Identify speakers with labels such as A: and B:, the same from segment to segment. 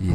A: 以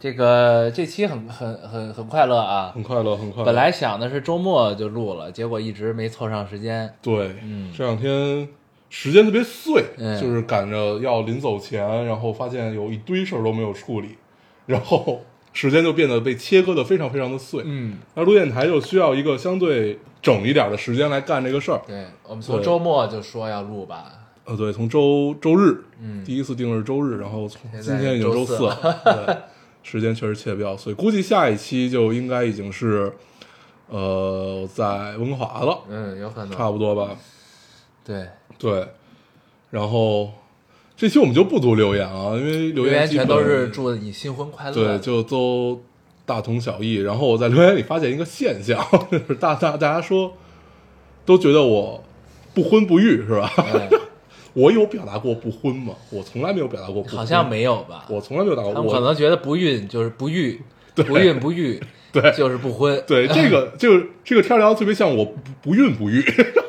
B: 这个这期很很很很快乐啊
C: 很！快乐，很快乐。
B: 本来想的是周末就录了，结果一直没凑上时间。
C: 对，
B: 嗯
C: 这两天时间特别碎，
B: 嗯
C: 就是赶着要临走前，然后发现有一堆事儿都没有处理，然后时间就变得被切割的非常非常的碎。
B: 嗯，
C: 那录电台就需要一个相对整一点的时间来干这个事儿。
B: 对，我们从
C: 对
B: 周末就说要录吧。
C: 呃，对，从周周日，
B: 嗯
C: 第一次定是周日，然后从
B: 现
C: 今
B: 在
C: 天已经
B: 周
C: 周
B: 四
C: 了，对，时间确实切得比较碎，估计下一期就应该已经是，呃，我在温哥华了，
B: 嗯，有可能。
C: 差不多吧，
B: 对，
C: 对，然后这期我们就不读留言啊，因为
B: 留
C: 留
B: 言
C: 基
B: 全
C: 本
B: 都是祝你新婚快乐。
C: 对，就都大同小异。然后我在留言里发现一个现象， 就是大大大家说都觉得我不婚不育是吧？
B: 哎
C: 我有表达过不婚吗？我从来没有表达过不婚，
B: 好像没有吧？
C: 我从来没有打过
B: 他们
C: 我
B: 可能觉得不孕就是不 育，不孕不育，
C: 对
B: 就是不婚。
C: 对这个就是这个天聊特别像我不不孕不育，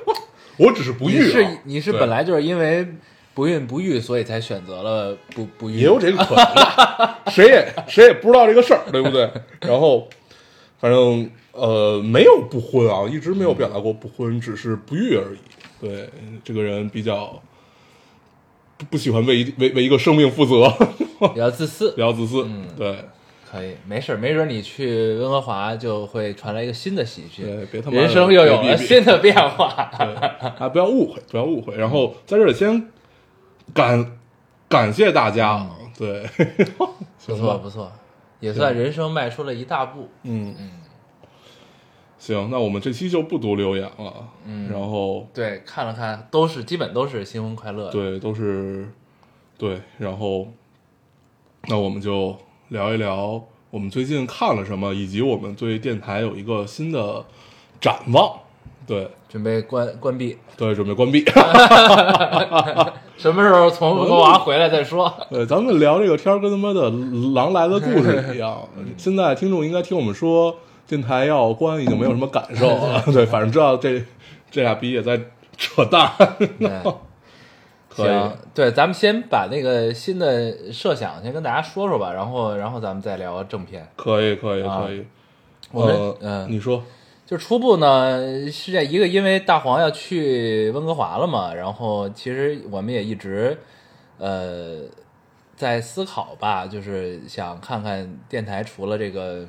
C: 我只是不
B: 你
C: 育、啊。
B: 是你是
C: 对
B: 本来就是因为不孕不育，所以才选择了不不育。
C: 也有这个可能吧，谁也谁也不知道这个事儿，对不对？然后反正呃没有不婚啊，一直没有表达过不婚，只是不育而已。对，这个人比较不不喜欢为一为为一个生命负责，
B: 比较自私
C: 比。较自私。
B: 嗯
C: 对，
B: 可以，没事儿，没准你去温哥华就会传来一个新的喜剧
C: 对别，他妈的
B: 人生又有
C: 别
B: 了
C: 逼逼
B: 新的变 化。
C: 啊，不要误会，不要误会。然后在这儿先感感谢大家啊，对，
B: 不
C: 行
B: 错
C: 吧，
B: 不错，也算人生迈出了一大步。
C: 嗯嗯， 行，那我们这期就不读留言了，嗯，然后
B: 对，看了看，都是基本都是新婚快乐。，
C: 对，都是对，然后那我们就聊一聊我们最近看了什么，以及我们对电台有一个新的展望。对
B: 准备关关闭，
C: 对，准备关闭。
B: 什么时候从温哥华回来再说。
C: 呃，咱们聊这个天儿跟他妈的《狼来了》故事 一样。现在听众应该听我们说电台要关，已经没有什么感受 了。对，反正知道这这俩逼也在扯淡。
B: 对
C: 可以
B: 行，对，咱们先把那个新的设想先跟大家说说吧，然后然后咱们再聊正片。
C: 可以，可以，
B: 啊
C: 可以。
B: 我们
C: 呃
B: 嗯
C: 你说，
B: 就初步呢是这一个，因为大黄要去温哥华了嘛，然后其实我们也一直呃在思考吧，就是想看看电台除了这个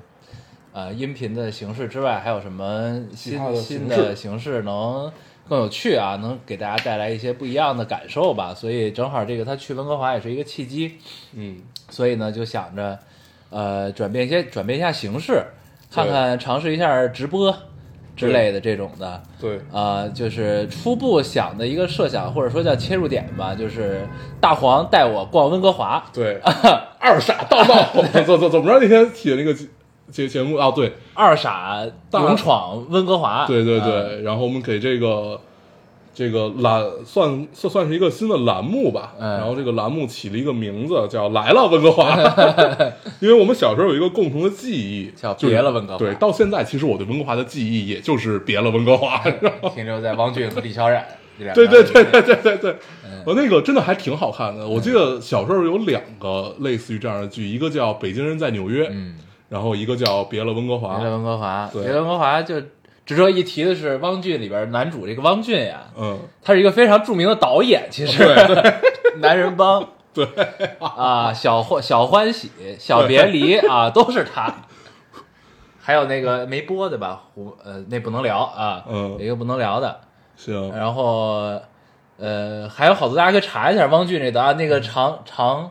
B: 呃音频的形式之外，还有什么
C: 其他
B: 新新
C: 的形式
B: 的形式能更有趣啊，能给大家带来一些不一样的感受吧。所以正好这个他去温哥华也是一个契机，
C: 嗯，
B: 所以呢就想着，呃，转变一些转变一下形式，
C: 对
B: 看看尝试一下直播之类的这种的，
C: 对，
B: 呃，就是初步想的一个设想或者说叫切入点吧，就是大黄带我逛温哥华，
C: 对， 二傻道 道，怎怎怎怎么着？那天写那个节节节目啊，对
B: 二傻
C: 大
B: 勇闯温哥华，
C: 对对
B: 呃
C: 对，然后我们给这个这个栏算算算是一个新的栏目吧，
B: 嗯
C: 然后这个栏目起了一个名字叫“来了温哥华”， 因为我们小时候有一个共同的记忆，
B: 叫
C: 就是
B: 别了温哥华
C: 对，到现在其实我对温哥华的记忆也就是别了温哥华，
B: 嗯停留在王俊和李小冉这两
C: 哦对
B: 个
C: 对
B: 人，
C: 对对对对对，
B: 嗯
C: 我那个真的还挺好看的。我记得小时候有两个类似于这样的剧，一个叫《北京人在纽约》，
B: 嗯，
C: 然后一个叫《别了温哥华
B: 别了》。温哥华，
C: 对
B: 别了温哥华就值得一提的是汪俊里边男主这个汪俊呀、
C: 嗯，
B: 他是一个非常著名的导演，其实， 男人帮，
C: 对
B: 啊，小欢小欢喜、小别 离啊，都是他。还有那个没播的吧，胡呃那不能聊啊，
C: 嗯
B: 有一个不能聊的，
C: 行，
B: 然后呃还有好多大家可以查一下汪俊这的啊，那
C: 嗯
B: 个长长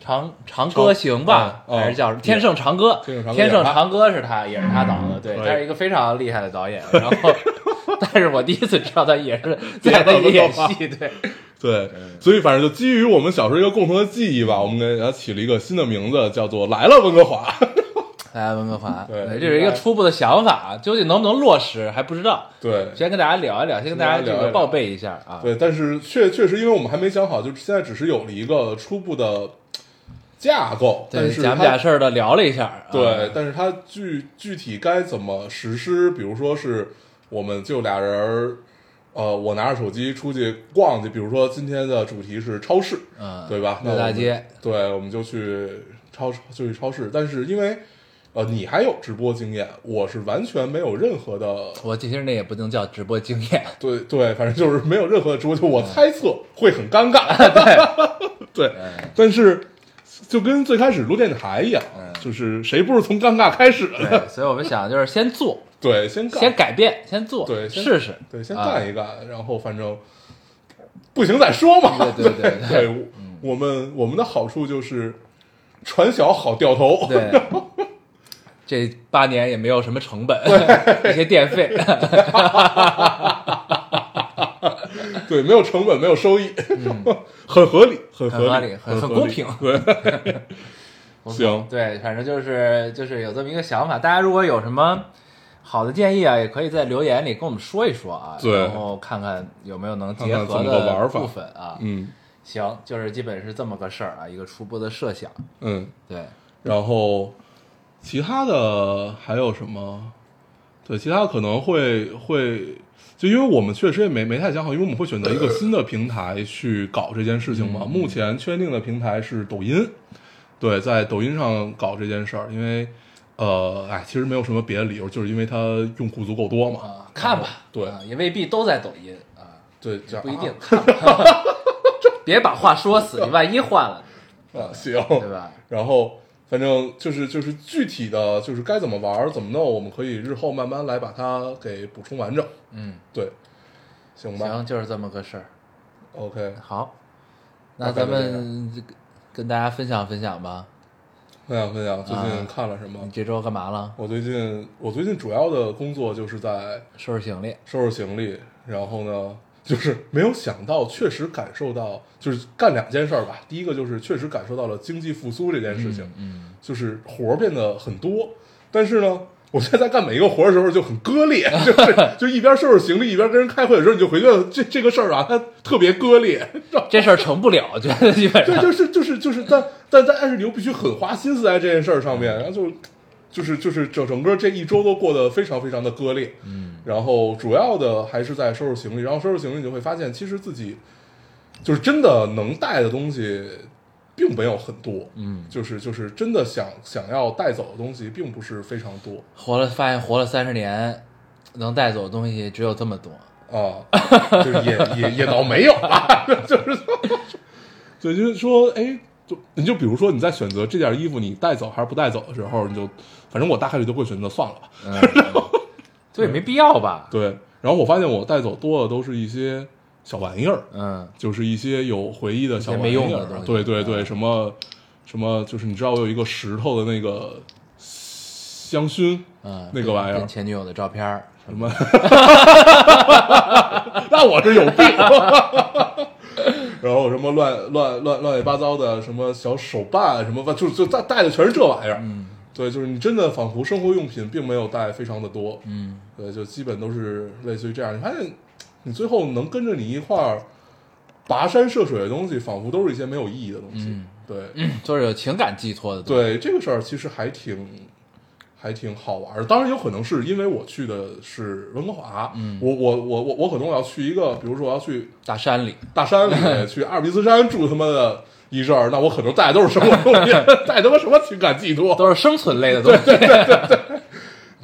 B: 长长歌行吧，
C: 嗯哦
B: 还是叫什么天盛长歌，
C: 天盛长歌
B: 天
C: 也是
B: 盛
C: 他
B: 长歌是他，也是他导的，对，
C: 可以
B: 他是一个非常厉害的导演，然 后但是我第一次知道他也是在那里演戏，对，
C: 对，所以反正就基于我们小时候一个共同的记忆吧，我们给它起了一个新的名字，叫做《来了温哥华》。
B: 来来温哥华，
C: 对
B: 这是一个初步的想法，究竟能不能落实还不知道。
C: 对
B: 先跟大家聊一聊，先跟大家这
C: 先跟大家聊一
B: 个
C: 聊
B: 报备一下啊。
C: 对，但是确确实，因为我们还没想好，就现在只是有了一个初步的架构，但
B: 对，
C: 是
B: 假不
C: 它
B: 假事儿的聊了一下啊。
C: 对，但是它具具体该怎么实施，比如说是我们就俩人儿，呃，我拿着手机出去逛去，比如说今天的主题是超市，
B: 嗯，
C: 对吧？那
B: 六
C: 我
B: 大
C: 们
B: 街，
C: 对，我们就去超市，就去超市。但是因为呃，你还有直播经验，我是完全没有任何的，
B: 我其实那也不能叫直播经验，
C: 对对，反正就是没有任何的直播，就我猜测会很 尴尬，对，
B: 嗯
C: 但是。就跟最开始录电台一样，就是谁不是从尴尬开始的呢？
B: 对，所以我们想就是先做，
C: 对，先干，
B: 先改变，先做，
C: 对，先
B: 试试，
C: 对，先
B: 啊
C: 干一干，然后反正不行再说嘛。
B: 啊对对对嗯
C: 对 我我们我们的好处就是船小好掉头，
B: 对，这八年也没有什么成本， 一些电费，
C: 对，没有成本，没有收益， 很合理，很
B: 很合
C: 理，
B: 理嗯很
C: 很合
B: 公
C: 理
B: 平
C: 对， 行，
B: 对，反正就是就是有这么一个想法。大家如果有什么好的建议啊，也可以在留言里跟我们说一说啊，
C: 对
B: 然后看看有没有能
C: 看
B: 结
C: 看
B: 合
C: 怎么个
B: 的
C: 玩法
B: 部分啊。
C: 嗯
B: 行，就是基本是这么个事儿啊，一个初步的设想。
C: 嗯，
B: 对，
C: 然后其他的还有什么？对，其他可能会会，就因为我们确实也没没太想好，因为我们会选择一个新的平台去搞这件事情嘛。目前确定的平台是抖音，对，在抖音上搞这件事儿，因为呃，哎，其实没有什么别的理由，就是因为它用户足够多嘛。
B: 啊，看吧，
C: 对
B: 啊，也未必都在抖音啊，
C: 对，这
B: 也
C: 样
B: 不一定。看吧 别把话说死，你万一换了，
C: 啊，行，
B: 对吧？
C: 然后反正就是就是具体的就是该怎么玩儿怎么弄，我们可以日后慢慢来把它给补充完整。
B: 嗯，
C: 对，行吧
B: 行，就是这么个事儿。
C: o k
B: 好，那
C: 大概
B: 咱
C: 就
B: 们这个跟大家分享分享吧。
C: 分享分享最
B: 啊
C: 近看了什么？
B: 你这周干嘛了？
C: 我最近我最近主要的工作就是在
B: 收拾行李。
C: 收拾行李，然后呢，就是没有想到，确实感受到，就是干两件事儿吧。第一个就是确实感受到了经济复苏这件事情，
B: 嗯，
C: 就是活儿变得很多，但是呢。我现在在干每一个活儿的时候就很割裂， 就是就一边收拾行李一边跟人开会的时候，你就回觉得这这个事儿啊，它特别割裂，
B: 这事儿成不了，觉得基本
C: 对，啊
B: 上
C: 就是就是就是，但但但但是你又必须很花心思在这件事儿上面，然后就就是就是整整个这一周都过得非常非常的割裂，嗯，然后主要的还是在收拾行李，然后收拾行李你就会发现，其实自己就是真的能带的东西并没有很多，嗯，就是就是真的想想要带走的东西并不是非常多
B: 活了，发现活了三十年，能带走的东西只有这么多。
C: 啊，就是也也也倒没有吧， 就是对，就是说，哎，就你就比如说你在选择这件衣服你带走还是不带走的时候，你就反正我大概率都会选择算了吧。
B: 嗯，对，没必要吧？
C: 对，然后我发现我带走多的都是一些小玩意儿，
B: 嗯，
C: 就是一些有回忆的小玩意儿，啊
B: 一些没用的东西啊
C: 对对对，什么什么，就是你知道我有一个石头的那个香薰，
B: 嗯，
C: 那个玩意儿
B: 跟，前女友的照片儿 什
C: 什
B: 么
C: 么？ 那我是有病。 然后什么乱乱乱乱七八糟的，什么小手办，什么吧，就就带带的全是这玩意儿。嗯，对，就是你真的仿佛生活用品并没有带非常的多。嗯，对，就基本都是类似于这样。你发现你最后能跟着你一块儿跋山涉水的东西，仿佛都是一些没有意义的东西。对，
B: 就是有情感寄托的东西。
C: 对这个事儿，其实还挺还挺好玩儿。当然，有可能是因为我去的是温哥华，嗯，我我我我我可能我要去一个，比如说我要去
B: 大山里，
C: 大山里 面去阿尔卑斯山住他妈的一阵儿，那我可能带的都是什么东西？ 带他妈什么情感寄托？
B: 都是生存类的 东西。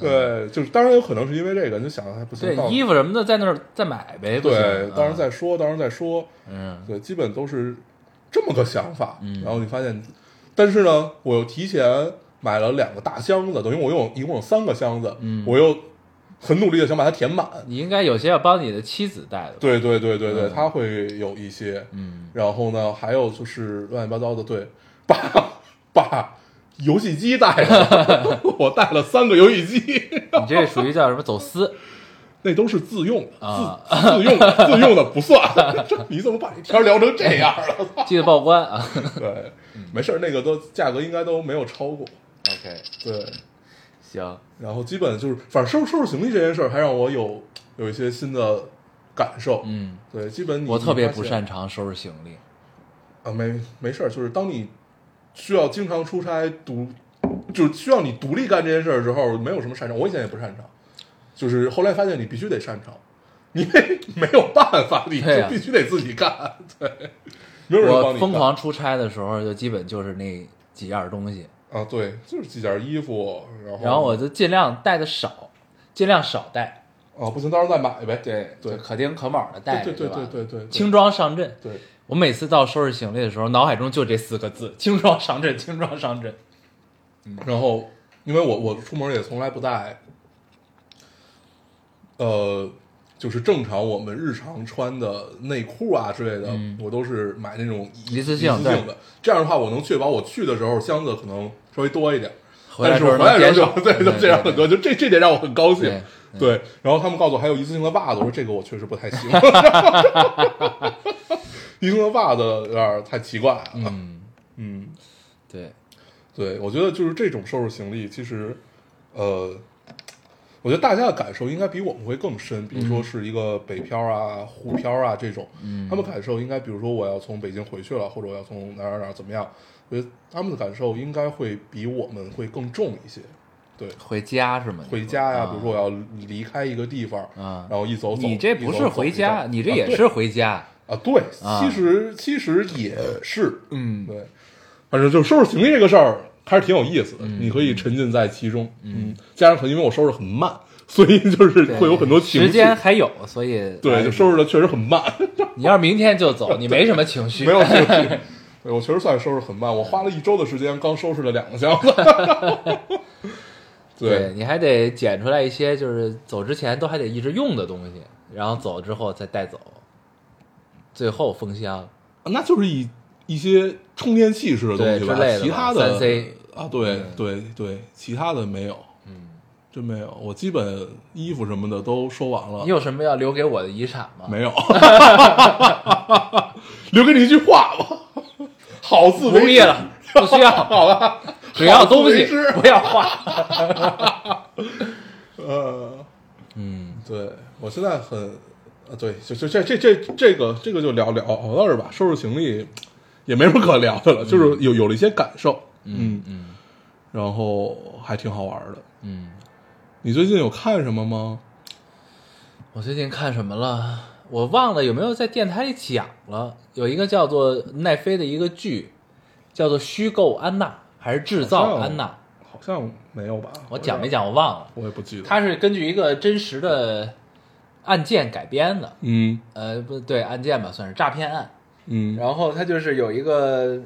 C: 对，就是当然有可能是因为这个，你就想还不行
B: 对，，
C: 到
B: 衣服什么的在那儿再买呗。不行
C: 对，当时
B: 嗯
C: 再说，当时再说，
B: 嗯，
C: 对，基本都是这么个想法。然后你发现，但是呢，我又提前买了两个大箱子，等于我用一共有三个箱子，
B: 嗯
C: 我又很努力的想把它填满。
B: 你应该有些要帮你的妻子带的吧。
C: 对对对对对，
B: 嗯
C: 它会有一些，
B: 嗯，
C: 然后呢，还有就是乱七八糟的，对，把把游戏机带了， 我带了三个游戏机，
B: 你这属于叫什么走私？
C: 那都是自用的，
B: 啊
C: 自自用的自用的不算。 你怎么把这天儿聊成这样了？
B: 记得报 关啊。
C: 对，没事儿，那个都价格应该都没有超过。
B: OK，
C: 对，
B: 行，
C: 然后基本就是，反正收拾收拾行李这件事儿，还让我有有一些新的感受。
B: 嗯，
C: 对，基本你
B: 我特别不
C: 长。
B: 擅长收拾行李，
C: 啊，没没事儿，就是当你需要经常出差独，就是需要你独立干这件事儿的时候，没有什么擅长。我以前也不擅长，就是后来发现你必须得擅长，你 没没有办法，你
B: 对呀
C: 就必须得自己干。对，没有人帮
B: 我
C: 你干
B: 疯狂出差的时候就基本就是那几样东西，
C: 啊，对，就是几件衣服，然后
B: 然后我就尽量带的少，尽量少带，
C: 啊不行，到时候再买呗。对
B: 就可丁可卯的带着，
C: 对对对
B: 吧
C: 对对对
B: 轻装上阵。
C: 对，
B: 我每次到收拾行李的时候，脑海中就这四个字： 轻装上阵，轻装上阵。
C: 然后因为我我出门也从来不带，呃，就是正常我们日常穿的内裤啊之类的，我都是买那种一
B: 一次性
C: 性的。这样的话，我能确保我去的时候箱子可能稍微多一点，
B: 回来
C: 但
B: 时
C: 是
B: 候
C: 我回
B: 能
C: 来的
B: 减
C: 时
B: 少嗯
C: 候，对，就这样很多，就这这点让我很高兴
B: 对。嗯
C: 对，然后他们告诉我还有一次性的袜子，我说这个我确实不太行，一次性的袜子有点太奇怪了。
B: 嗯，
C: 嗯
B: 对，
C: 对，我觉得就是这种收拾行李，其实，呃，我觉得大家的感受应该比我们会更深。比如
B: 嗯
C: 说是一个北漂啊、沪漂啊这种，他们感受应该，比如说我要从北京回去了，或者我要从哪儿哪儿哪儿怎么样，我觉得他们的感受应该会比我们会更重一些。对，
B: 回家是吗？
C: 回家呀、
B: 啊
C: 比如说我要离开一个地方，
B: 啊
C: 然后一走走，
B: 你这不
C: 一
B: 是
C: 走走
B: 回
C: 一
B: 家，
C: 站
B: 你这
C: 啊
B: 也
C: 对
B: 是回家。
C: 啊，对，
B: 啊
C: 其实其实也是，
B: 嗯
C: 对，反正就收拾行李这个事儿还是挺有意思
B: 嗯
C: 的，你可以沉浸在其中，嗯，加上可能因为我收拾很慢， 所以就是会有很多情绪
B: 时间，还有，所以哎
C: 对，就收拾的确实很慢，
B: 你要是明天就走，你没什么情绪，
C: 没有情绪，对我确实算是收拾很慢，我花了一周的时间刚收拾了两个箱子，
B: 对，你还得捡出来一些，就是走之前都还得一直用的东西，然后走之后再带走，最后封箱。
C: 那就是一一些充电器式的东西
B: 对
C: 吧，
B: 之类的吧
C: 其他的
B: 三 C 嗯
C: 啊，对对对，其他的没有，嗯，真没有。我基本衣服什么的都收完了
B: 你，有什么要留给我的遗产吗？
C: 没有， 留给你一句话吧，好自
B: 不
C: 为
B: 用
C: 之
B: 业了，不需要，
C: 好吧，
B: 只要东
C: 好自为
B: 西
C: 之
B: 不要画。
C: 呃，
B: 嗯，
C: 对我现在很，啊，对，就就这这这这个这个就聊聊到这儿吧，收拾行李也没什么可聊的了，就是有有了一些感受，嗯嗯，然后还挺好玩的，
B: 嗯，
C: 你最近有看什么吗？
B: 我最近看什么了？我忘了有没有在电台里讲了，有一个叫做奈飞的一个剧，叫做《虚构安娜》还是《制造安娜》？
C: 好像没有吧？
B: 我讲没？讲我忘了。
C: 我也不记得。
B: 它是根据一个真实的案件改编的，
C: 嗯
B: 呃，不对，案件吧，算是诈骗案。
C: 嗯，
B: 然后它就是有一个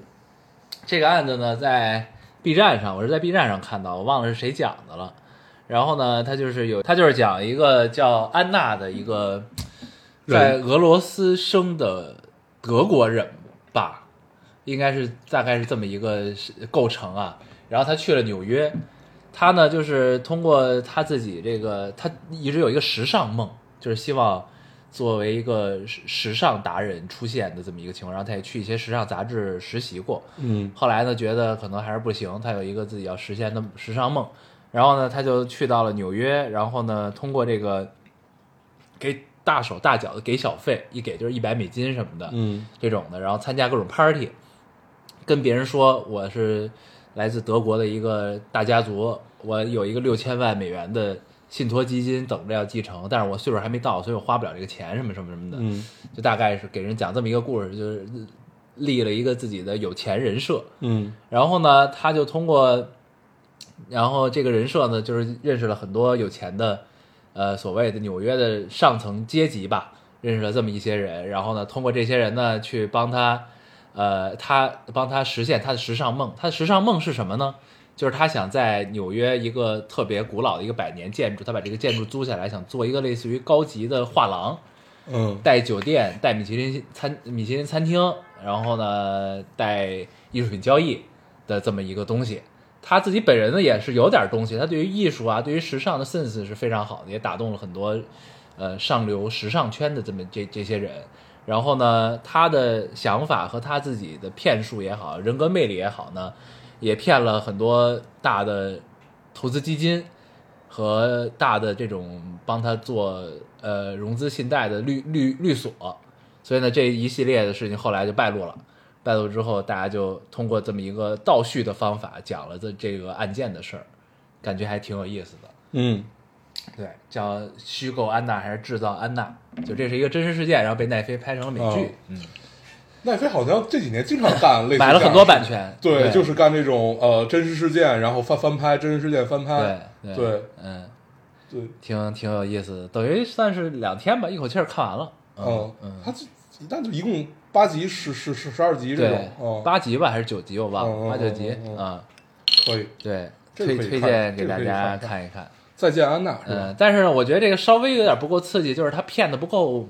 B: 这个案子呢，在 B 站上，我是在 B 站上看到，我忘了是谁讲的了。然后呢，它就是有，它就是讲一个叫安娜的一个
C: 人
B: 在俄罗斯生的德国人吧，应该是大概是这么一个是构成啊。然后他去了纽约，他呢就是通过他自己这个，他一直有一个时尚梦，就是希望作为一个时时尚达人出现的这么一个情况。然后他也去一些时尚杂志实习过，
C: 嗯
B: 后来呢，觉得可能还是不行，他有一个自己要实现的时尚梦，然后呢，他就去到了纽约，然后呢，通过这个给大手大脚的给小费，一给就是一百美金什么的，
C: 嗯
B: 这种的，然后参加各种 party，跟别人说我是来自德国的一个大家族，我有一个六千万美元的信托基金等着要继承，但是我岁数还没到，所以我花不了这个钱，什么什么什么的，
C: 嗯
B: 就大概是给人讲这么一个故事，就是立了一个自己的有钱人设，
C: 嗯
B: 然后呢，他就通过，然后这个人设呢，就是认识了很多有钱的，呃，所谓的纽约的上层阶级吧，认识了这么一些人。然后呢，通过这些人呢，去帮他，呃，他帮他实现他的时尚梦。他的时尚梦是什么呢？就是他想在纽约一个特别古老的一个百年建筑，他把这个建筑租下来，想做一个类似于高级的画廊，
C: 嗯
B: 带酒店，带米其林餐米其林餐厅，然后呢带艺术品交易的这么一个东西。他自己本人呢也是有点东西，他对于艺术啊，对于时尚的 sense 是非常好的，也打动了很多呃上流时尚圈的这么这这些人。然后呢，他的想法和他自己的骗术也好，人格魅力也好呢，也骗了很多大的投资基金，和大的这种帮他做呃融资信贷的律律律所，所以呢这一系列的事情后来就败露了。败露之后，大家就通过这么一个倒叙的方法讲了这这个案件的事儿，感觉还挺有意思的。
C: 嗯，
B: 对，叫虚构安娜还是制造安娜？就这是一个真实事件，然后被奈飞拍成了美剧
C: 哦，奈飞好像这几年经常干类似
B: 买了很多版权。
C: 这样的事，
B: 对，
C: 对，就是干这种呃真实事件，然后翻翻拍真实事件翻
B: 对
C: 拍，啊对
B: 对，嗯，
C: 对，
B: 挺挺有意思的，等于算是两天吧，一口气儿看完了。
C: 嗯，他这一旦就一共八集十十十十二集这
B: 对
C: 种，，哦，
B: 八集吧还是九集我忘
C: 嗯嗯
B: 了，八九集
C: 嗯嗯
B: 啊。
C: 可以。
B: 对，
C: 这
B: 推
C: 个可以
B: 推
C: 看
B: 荐
C: 这
B: 给
C: 个
B: 大
C: 可以
B: 家
C: 看看
B: 一看。
C: 再见安娜是吧？
B: 嗯，但是呢，我觉得这个稍微有点不够刺激，就是他骗的不够，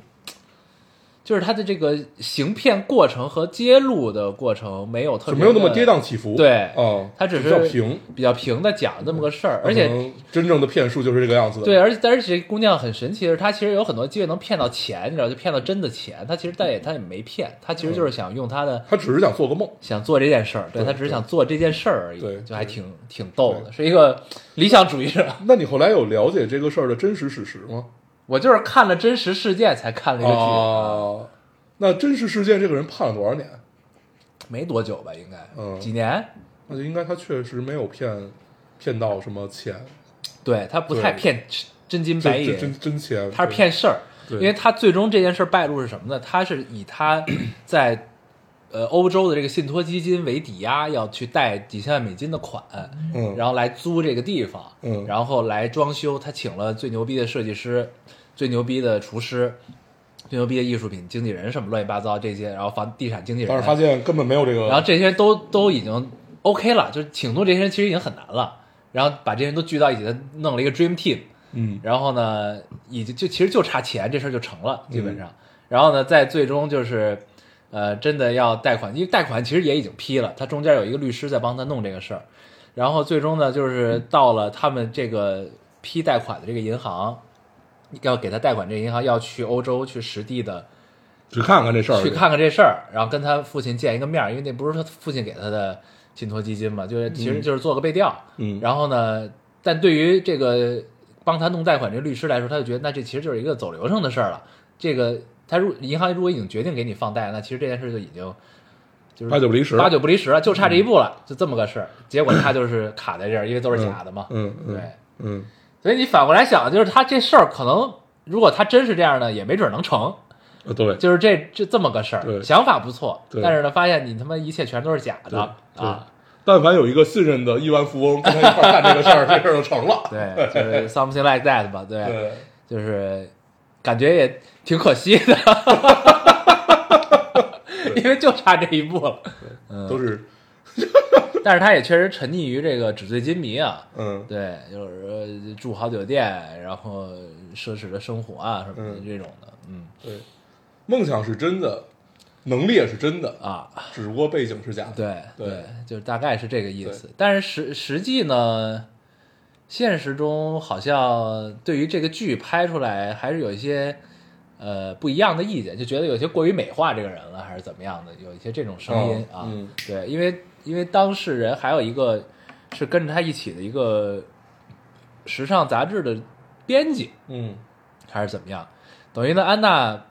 B: 就是他的这个行骗过程和揭露的过程没有特
C: 就
B: 别
C: 没有那么
B: 地
C: 跌宕起伏。
B: 对
C: 哦，
B: 他只
C: 比
B: 是
C: 较平，嗯
B: 比较平的讲这么个事儿，而且
C: 可能真正的骗术就是这个样子的。
B: 对，，而且而且这姑娘很神奇的是，她其实有很多机会能骗到钱，你知道，就骗到真的钱。她其实但也她也没骗，她其实
C: 嗯
B: 就是想用她的、
C: 他只是想做个梦。
B: 想做这件事儿，对
C: 对
B: 她只是想做这件事儿而已，
C: 对
B: 就还
C: 对
B: 挺挺逗的，是一个理想主义者。
C: 那你后来有了解这个事儿的真实史实吗？
B: 我就是看了真实事件才看了一个剧，哦
C: 啊，那真实事件这个人判了多少年？
B: 没多久吧，应该、
C: 嗯
B: 几年。
C: 那就应该他确实没有骗骗到什么钱，
B: 对他不太
C: 对
B: 骗真真金白
C: 真真
B: 银
C: 真，真钱，
B: 他是骗事儿，
C: 对
B: 因为他最终这件事儿败露是什么呢？他是以 他在呃欧洲的这个信托基金为抵押，要去贷几千万美金的款，
C: 嗯
B: 然后来租这个地方，
C: 嗯
B: 然后来装修。他请了最牛逼的设计师、最牛逼的厨师、最牛逼的艺术品经纪人，什么乱七八糟这些，然后房地产经纪人，
C: 但是发现根本没有这个。
B: 然后这些人都都已经 OK 了，就是请动这些人其实已经很难了。然后把这些人都聚到一起，他弄了一个 Dream Team，
C: 嗯
B: 然后呢，已经就其实就差钱，这事儿就成了，基
C: 嗯
B: 本上。然后呢，在最终就是，呃，真的要贷款，因为贷款其实也已经批了，他中间有一个律师在帮他弄这个事儿。然后最终呢，就是到了他们这个批贷款的这个银行，要给他贷款这个银行要去欧洲去实地的
C: 去看看这事儿，
B: 去看看这事儿，然后跟他父亲见一个面儿，因为那不是他父亲给他的信托基金嘛，就是其实就是做个背调。
C: 嗯
B: 然后呢，但对于这个帮他弄贷款这律师来说，他就觉得那这其实就是一个走流程的事儿了。这个他如银行如果已经决定给你放贷，那其实这件事就已经就是
C: 八九不离十，嗯
B: 八九不离十了，就差这一步了，就这么个事儿。结果他就是卡在这儿，因为都是假的嘛。
C: 嗯嗯
B: 对，
C: 嗯，
B: 所以你反过来想，就是他这事儿可能如果他真是这样呢，也没准能成。
C: 呃对，
B: 就是这这这么个事
C: 对
B: 儿，想法不错，
C: 对
B: 但是呢，发现你他妈一切全都是假的
C: 对对
B: 啊！
C: 但凡有一个信任的亿万富翁跟他一块儿干这个 事儿，这事儿就成了。
B: 对，就是 something like that 吧，对，
C: 对，
B: 就是感觉也挺可惜的，因为就差这一步了。嗯
C: 都是
B: 但是他也确实沉溺于这个纸醉金迷啊，
C: 嗯
B: 对，就是呃住好酒店，然后奢侈的生活啊什么的
C: 嗯
B: 这种的，嗯
C: 对，梦想是真的，能力也是真的，
B: 啊，
C: 只不过背景是假的。
B: 对
C: 对
B: 就是大概是这个意思。但是实实际呢，现实中好像对于这个剧拍出来还是有一些呃不一样的意见，就觉得有些过于美化这个人了，还是怎么样的，有一些这种声音
C: 哦
B: 啊。
C: 嗯
B: 对，因为因为当事人还有一个是跟着他一起的一个时尚杂志的编辑，
C: 嗯
B: 还是怎么样。等于呢，安娜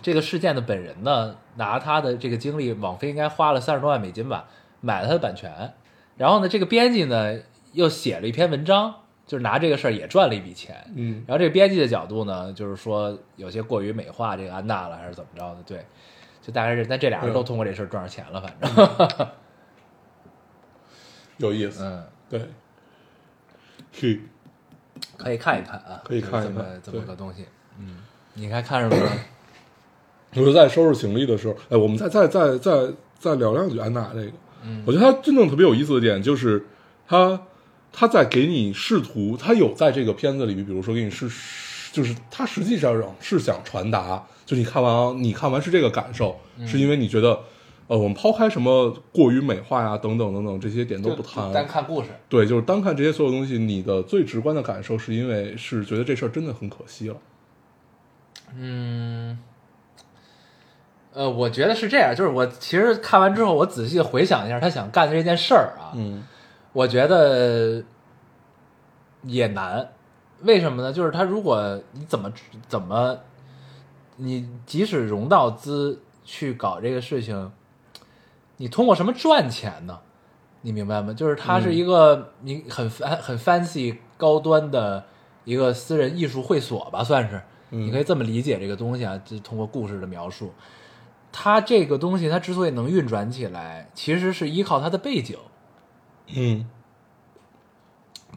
B: 这个事件的本人呢，拿她的这个经历，网飞应该花了三十多万美金吧，买了她的版权。然后呢，这个编辑呢又写了一篇文章，就是拿这个事儿也赚了一笔钱。
C: 嗯
B: 然后这个编辑的角度呢，就是说有些过于美化这个安娜了，还是怎么着的？对，就大概是，但这俩人都通过这事儿赚着钱了，反正，
C: 有意思。
B: 嗯，
C: 对，去
B: 可以看一看啊，
C: 可以看一看
B: 这么这么
C: 对
B: 个东西，嗯，你还看什么呢？
C: 我就在收拾行李的时候，哎，我们再再再再再聊两句安娜这个，
B: 嗯
C: 我觉得她真正特别有意思的点就是她她在给你试图，她有在这个片子里，比如说给你试，就是她实际上是想传达，就你看完你看完是这个感受，
B: 嗯
C: 是因为你觉得，呃，我们抛开什么过于美化呀等等等等这些点都不谈，
B: 单看故事，
C: 对，就是单看这些所有东西，你的最直观的感受是因为是觉得这事儿真的很可惜了，
B: 嗯，呃，我觉得是这样，就是我其实看完之后，我仔细地回想一下他想干的这件事儿啊，
C: 嗯
B: 我觉得也难，为什么呢？就是他如果你怎么怎么，你即使融到资去搞这个事情，你通过什么赚钱呢？你明白吗？就是它是一个你很 fan 很 fancy 高端的一个私人艺术会所吧，算是，你可以这么理解这个东西啊，就是通过故事的描述。它这个东西，它之所以能运转起来，其实是依靠它的背景，
C: 嗯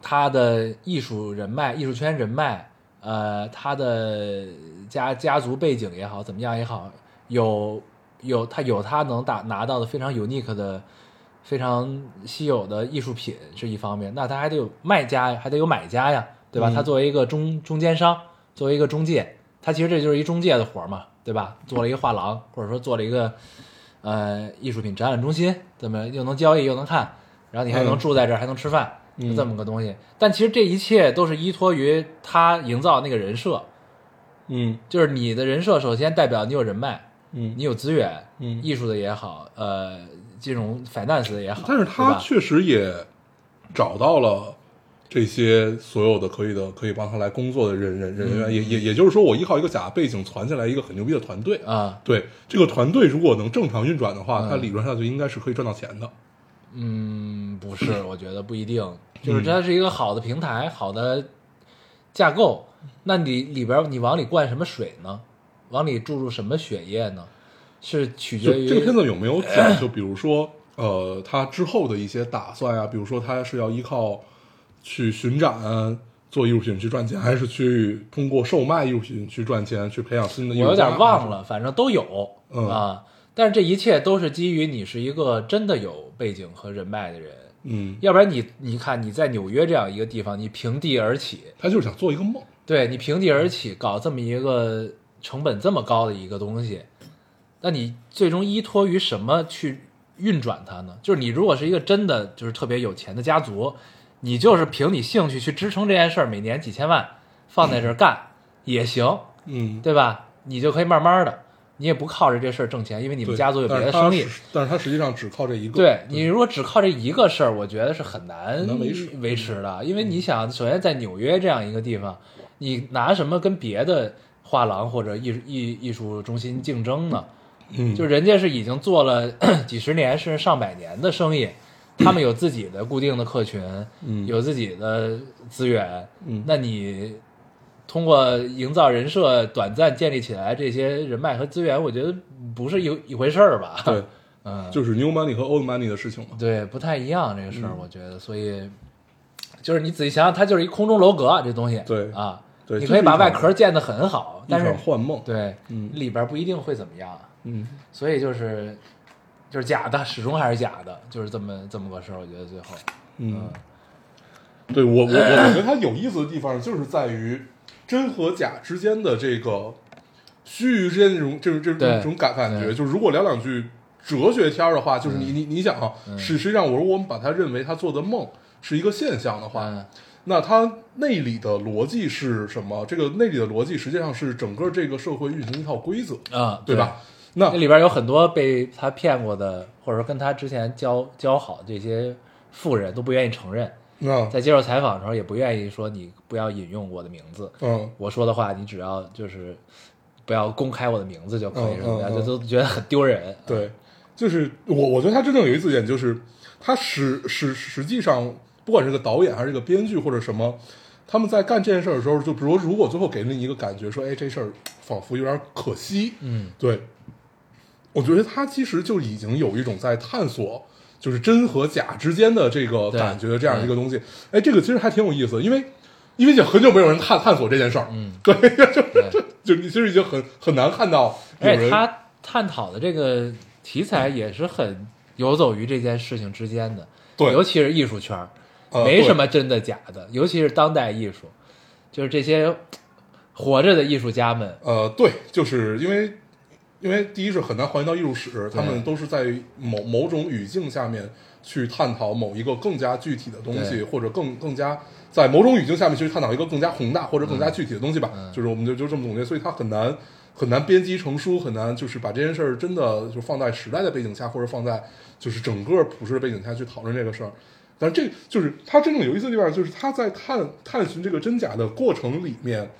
B: 他的艺术人脉、艺术圈人脉，呃，他的家家族背景也好，怎么样也好，有有他有他能打拿到的非常 unique 的、非常稀有的艺术品是一方面，那他还得有卖家呀，还得有买家呀，对吧？
C: 嗯
B: 他作为一个中中间商，作为一个中介，他其实这就是一中介的活儿嘛，对吧？做了一个画廊，或者说做了一个呃艺术品展览中心，怎么又能交易又能看，然后你还能
C: 嗯
B: 住在这儿，还能吃饭，
C: 嗯
B: 就这么个东西。但其实这一切都是依托于他营造那个人设，
C: 嗯
B: 就是你的人设首先代表你有人脉，
C: 嗯
B: 你，有资源，
C: 嗯
B: 艺术的也好，呃，金融 finance 的也好，
C: 但是
B: 对
C: 他
B: 吧
C: 确实也找到了这些所有的可以的可以帮他来工作的人人人
B: 嗯
C: 员，也也也就是说，我依靠一个假背景攒起来一个很牛逼的团队。
B: 啊、
C: 对这个团队，如果能正常运转的话，
B: 嗯
C: 它理论上就应该是可以赚到钱的。
B: 嗯，不 是，我觉得不一定，
C: 嗯
B: 就是它是一个好的平台，好的架构，那你里边儿你往里灌什么水呢？往里注入什么血液呢？是取
C: 就
B: 决于
C: 这个片子有没有 讲？就比如说，呃，他之后的一些打算啊，比如说他是要依靠去巡展啊做艺术品去赚钱，还是去通过售卖艺术品去赚钱，去培养新的艺术
B: 我有
C: 家
B: 点忘，了，反正都有、
C: 嗯
B: 啊。但是这一切都是基于你是一个真的有背景和人脉的人，
C: 嗯，
B: 要不然你你看你在纽约这样一个地方，你平地而起，
C: 他就是想做一个梦。
B: 对你平地而起搞这么一个成本这么高的一个东西，那你最终依托于什么去运转它呢？就是你如果是一个真的就是特别有钱的家族，你就是凭你兴趣去支撑这件事儿，每年几千万放在这儿干也行，
C: 嗯，
B: 对吧？你就可以慢慢的，你也不靠着这事儿挣钱，因为你
C: 你
B: 们家族有别的生意。
C: 但是他实际上只靠这一个。
B: 对你如果只靠这一个事儿，我觉得是很难
C: 很难维持嗯
B: 维持的，因为你想，首先在纽约这样一个地方，你拿什么跟别的画廊或者艺术艺艺术中心竞争呢？
C: 嗯，
B: 就人家是已经做了 几十年甚至上百年的生意，他们有自己的固定的客群，
C: 嗯
B: 有自己的资源，
C: 嗯
B: 那你通过营造人设短暂建立起来这些人脉和资源，我觉得不是一一回事儿吧？
C: 对，，
B: 嗯，
C: 就是 new money 和 old money 的事情嘛。
B: 对，不太一样这个事
C: 嗯
B: 儿，我觉得，所以就是你仔细想想，它就是一空中楼阁这东西，
C: 对
B: 啊，
C: 对
B: 你
C: 就
B: 可以
C: 是
B: 把
C: 一
B: 外
C: 场
B: 壳建得很好，但
C: 一
B: 是
C: 场幻梦。，
B: 对，
C: 嗯
B: 里边不一定会怎么样，
C: 嗯，
B: 所以就是就是假的，始终还是假的，就是这么这么个事儿，我觉得最后，
C: 嗯，对我我我我觉得它有意思的地方就是在于真和假之间的这个虚与之间这种这种这种
B: 对
C: 这种感感觉，
B: 对嗯
C: 就是如果聊两句哲学天儿的话，就是你你你想啊，实实际上我如果我们把它认为他做的梦是一个现象的话，
B: 嗯，
C: 那它内里的逻辑是什么？这个内里的逻辑实际上是整个这个社会运行的一套规则，
B: 啊，
C: 嗯对吧？？那
B: 那里边有很多被他骗过的，或者说跟他之前交交好的这些富人都不愿意承认，
C: 那
B: 在接受采访的时候也不愿意说你不要引用我的名字，
C: 嗯，
B: 我说的话你只要就是不要公开我的名字就可以
C: 嗯
B: 了，么
C: 嗯
B: 就
C: 嗯
B: 都觉得很丢人。
C: 对，就是我我觉得他真正有意思的点就是，他实实实际上不管是个导演还是个编剧或者什么，他们在干这件事儿的时候，就比如如果最后给人一个感觉说，哎，这事儿仿佛有点可惜，
B: 嗯，
C: 对，我觉得他其实就已经有一种在探索。就是真和假之间的这个
B: 对嗯
C: 感觉的这样一个东西，哎，这个其实还挺有意思的，因为因为已经很久没有人探探索这件事儿，嗯，对， 就
B: 对，
C: 就你其实已经很很难看到有
B: 而且
C: 人
B: 他探讨的这个题材也是很游走于这件事情之间的，
C: 对
B: 尤其是艺术圈儿，
C: 呃
B: 没
C: 对
B: 什么真的假的，尤其是当代艺术，就是这些活着的艺术家们，
C: 呃，对，就是因为因为第一是很难还原到艺术史，他们都是在某某种语境下面去探讨某一个更加具体的东西，
B: 对
C: 或者更更加在某种语境下面去探讨一个更加宏大或者更加具体的东西吧。就是我们就就这么总结，所以它很难。很难编辑成书，很难就是把这件事儿真的就放在时代的背景下，或者放在就是整个普世的背景下去讨论这个事儿。但这就是它真正有意思的地方，就是他在探探寻这个真假的过程里面，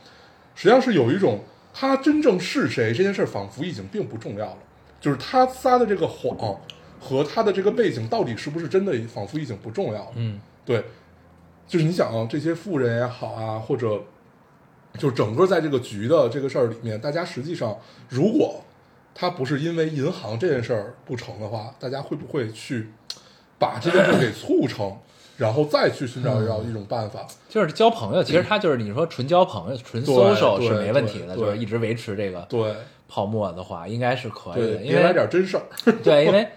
C: 实际上是有一种他真正是谁这件事，仿佛已经并不重要了。就是他撒的这个谎和他的这个背景到底是不是真的，仿佛已经不重要了。
B: 嗯
C: 对，就是你想啊，这些富人也好啊，或者就整个在这个局的这个事儿里面，大家实际上如果他不是因为银行这件事儿不成的话，大家会不会去把这件事 儿给促成，然后再去寻
B: 嗯
C: 找到一种办法？
B: 就是交朋友，其实他就是你说纯交朋友、纯
C: 对
B: social
C: 对
B: 是没问题的，
C: 对
B: 就是一直维持这个
C: 对
B: 泡沫的话，应该是可以
C: 对
B: 的，，哎因
C: 别来
B: 为
C: 点真事儿。
B: 对，因为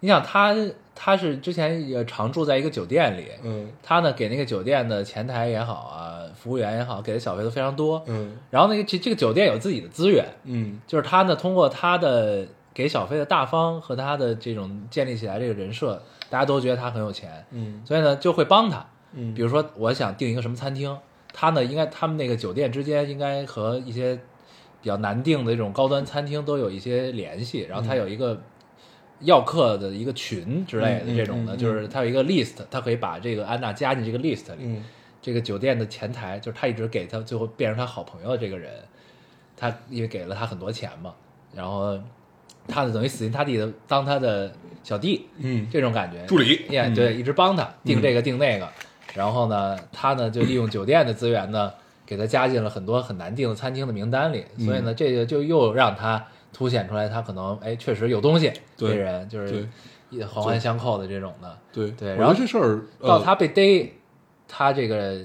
B: 你想他他是之前也常住在一个酒店里，
C: 嗯
B: 他呢给那个酒店的前台也好啊，服务员也好，给的小费都非常多。
C: 嗯
B: 然后那个这这个酒店有自己的资源，
C: 嗯
B: 就是他呢通过他的给小费的大方和他的这种建立起来这个人设，大家都觉得他很有钱，
C: 嗯
B: 所以呢就会帮他。
C: 嗯，
B: 比如说我想订一个什么餐厅，他呢应该他们那个酒店之间应该和一些比较难订的这种高端餐厅都有一些联系，然
C: 嗯
B: 后他有一个要客的一个群之类的
C: 嗯
B: 这种的，
C: 嗯嗯
B: 就是他有一个 list，他可以把这个安娜加进这个 list 里。
C: 嗯
B: 这个酒店的前台就是他一直给他最后变成他好朋友的这个人，他因为给了他很多钱嘛，然后他等于死心塌地的当他的小弟，
C: 嗯
B: 这种感觉。
C: 助理
B: 也、
C: 嗯
B: 对，一直帮他定这个定那个，然后呢，他呢就利用酒店的资源呢，给他加进了很多很难订的餐厅的名单里，
C: 嗯
B: 所以呢，这个就又让他凸显出来，他可能哎确实有东西，
C: 对
B: 这人就是
C: 对
B: 一环环相扣的这种的。
C: 对
B: 对
C: 我觉
B: 然后
C: 得这事儿呃
B: 到他被逮，他这个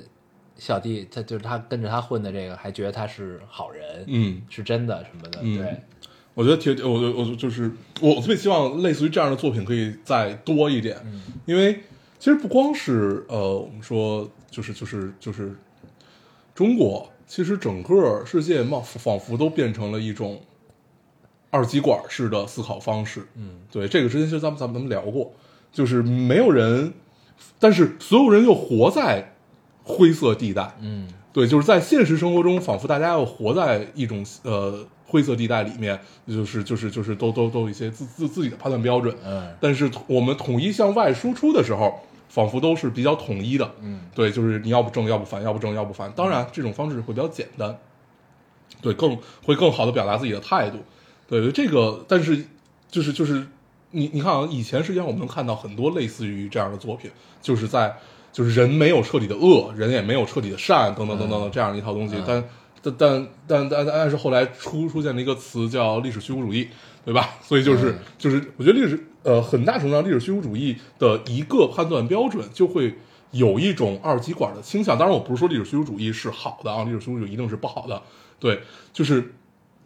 B: 小弟，他就是他跟着他混的这个，还觉得他是好人，
C: 嗯。
B: 是真的什么的，
C: 嗯
B: 对，
C: 我觉得挺，我我我就是我我特别希望类似于这样的作品可以再多一点，因为其实不光是呃，我们说就是就是就是中国，其实整个世界貌仿佛都变成了一种二极管式的思考方式。
B: 嗯，
C: 对，这个之前其实咱们咱们咱们聊过，就是没有人，但是所有人又活在灰色地带。
B: 嗯，
C: 对，就是在现实生活中，仿佛大家要活在一种呃灰色地带里面，就是就是就是都都都有一些自自自己的判断标准，啊
B: 嗯
C: 但是我们统一向外输出的时候，仿佛都是比较统一的，
B: 嗯，
C: 对，就是你要不正，要不反，要不正，要不反。当然，这种方式会比较简单，对，更会更好的表达自己的态度，对这个，但是就是就是你你看啊，以前实际上我们能看到很多类似于这样的作品，就是在就是人没有彻底的恶，人也没有彻底的善，等等等等的这样一套东西，但。但但但但但是后来出出现了一个词叫历史虚无主义，对吧？所以就是、就是，我觉得历史呃很大程度上历史虚无主义的一个判断标准就会有一种二极管的倾向。当然，我不是说历史虚无主义是好的啊，历史虚无主义一定是不好的。对，就是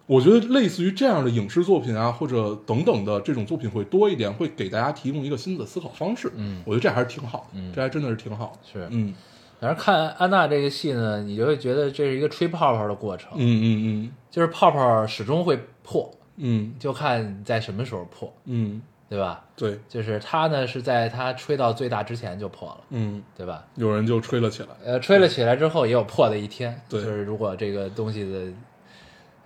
C: 我觉得类似于这样的影视作品啊，或者等等的这种作品会多一点，会给大家提供一个新的思考方式。
B: 嗯
C: 我觉得这还是挺好的，
B: 嗯
C: 这还真的是挺好的。
B: 是，
C: 嗯
B: 反正看安娜这个戏呢，你就会觉得这是一个吹泡泡的过程，
C: 嗯嗯
B: 就是泡泡始终会破，
C: 嗯
B: 就看你在什么时候破，
C: 嗯嗯，
B: 对吧？
C: 对，
B: 就是它呢是在它吹到最大之前就破了，
C: 嗯，
B: 对吧？
C: 有人就吹了起来。
B: 呃，吹了起来之后也有破的一天，
C: 对
B: 就是如果这个东西的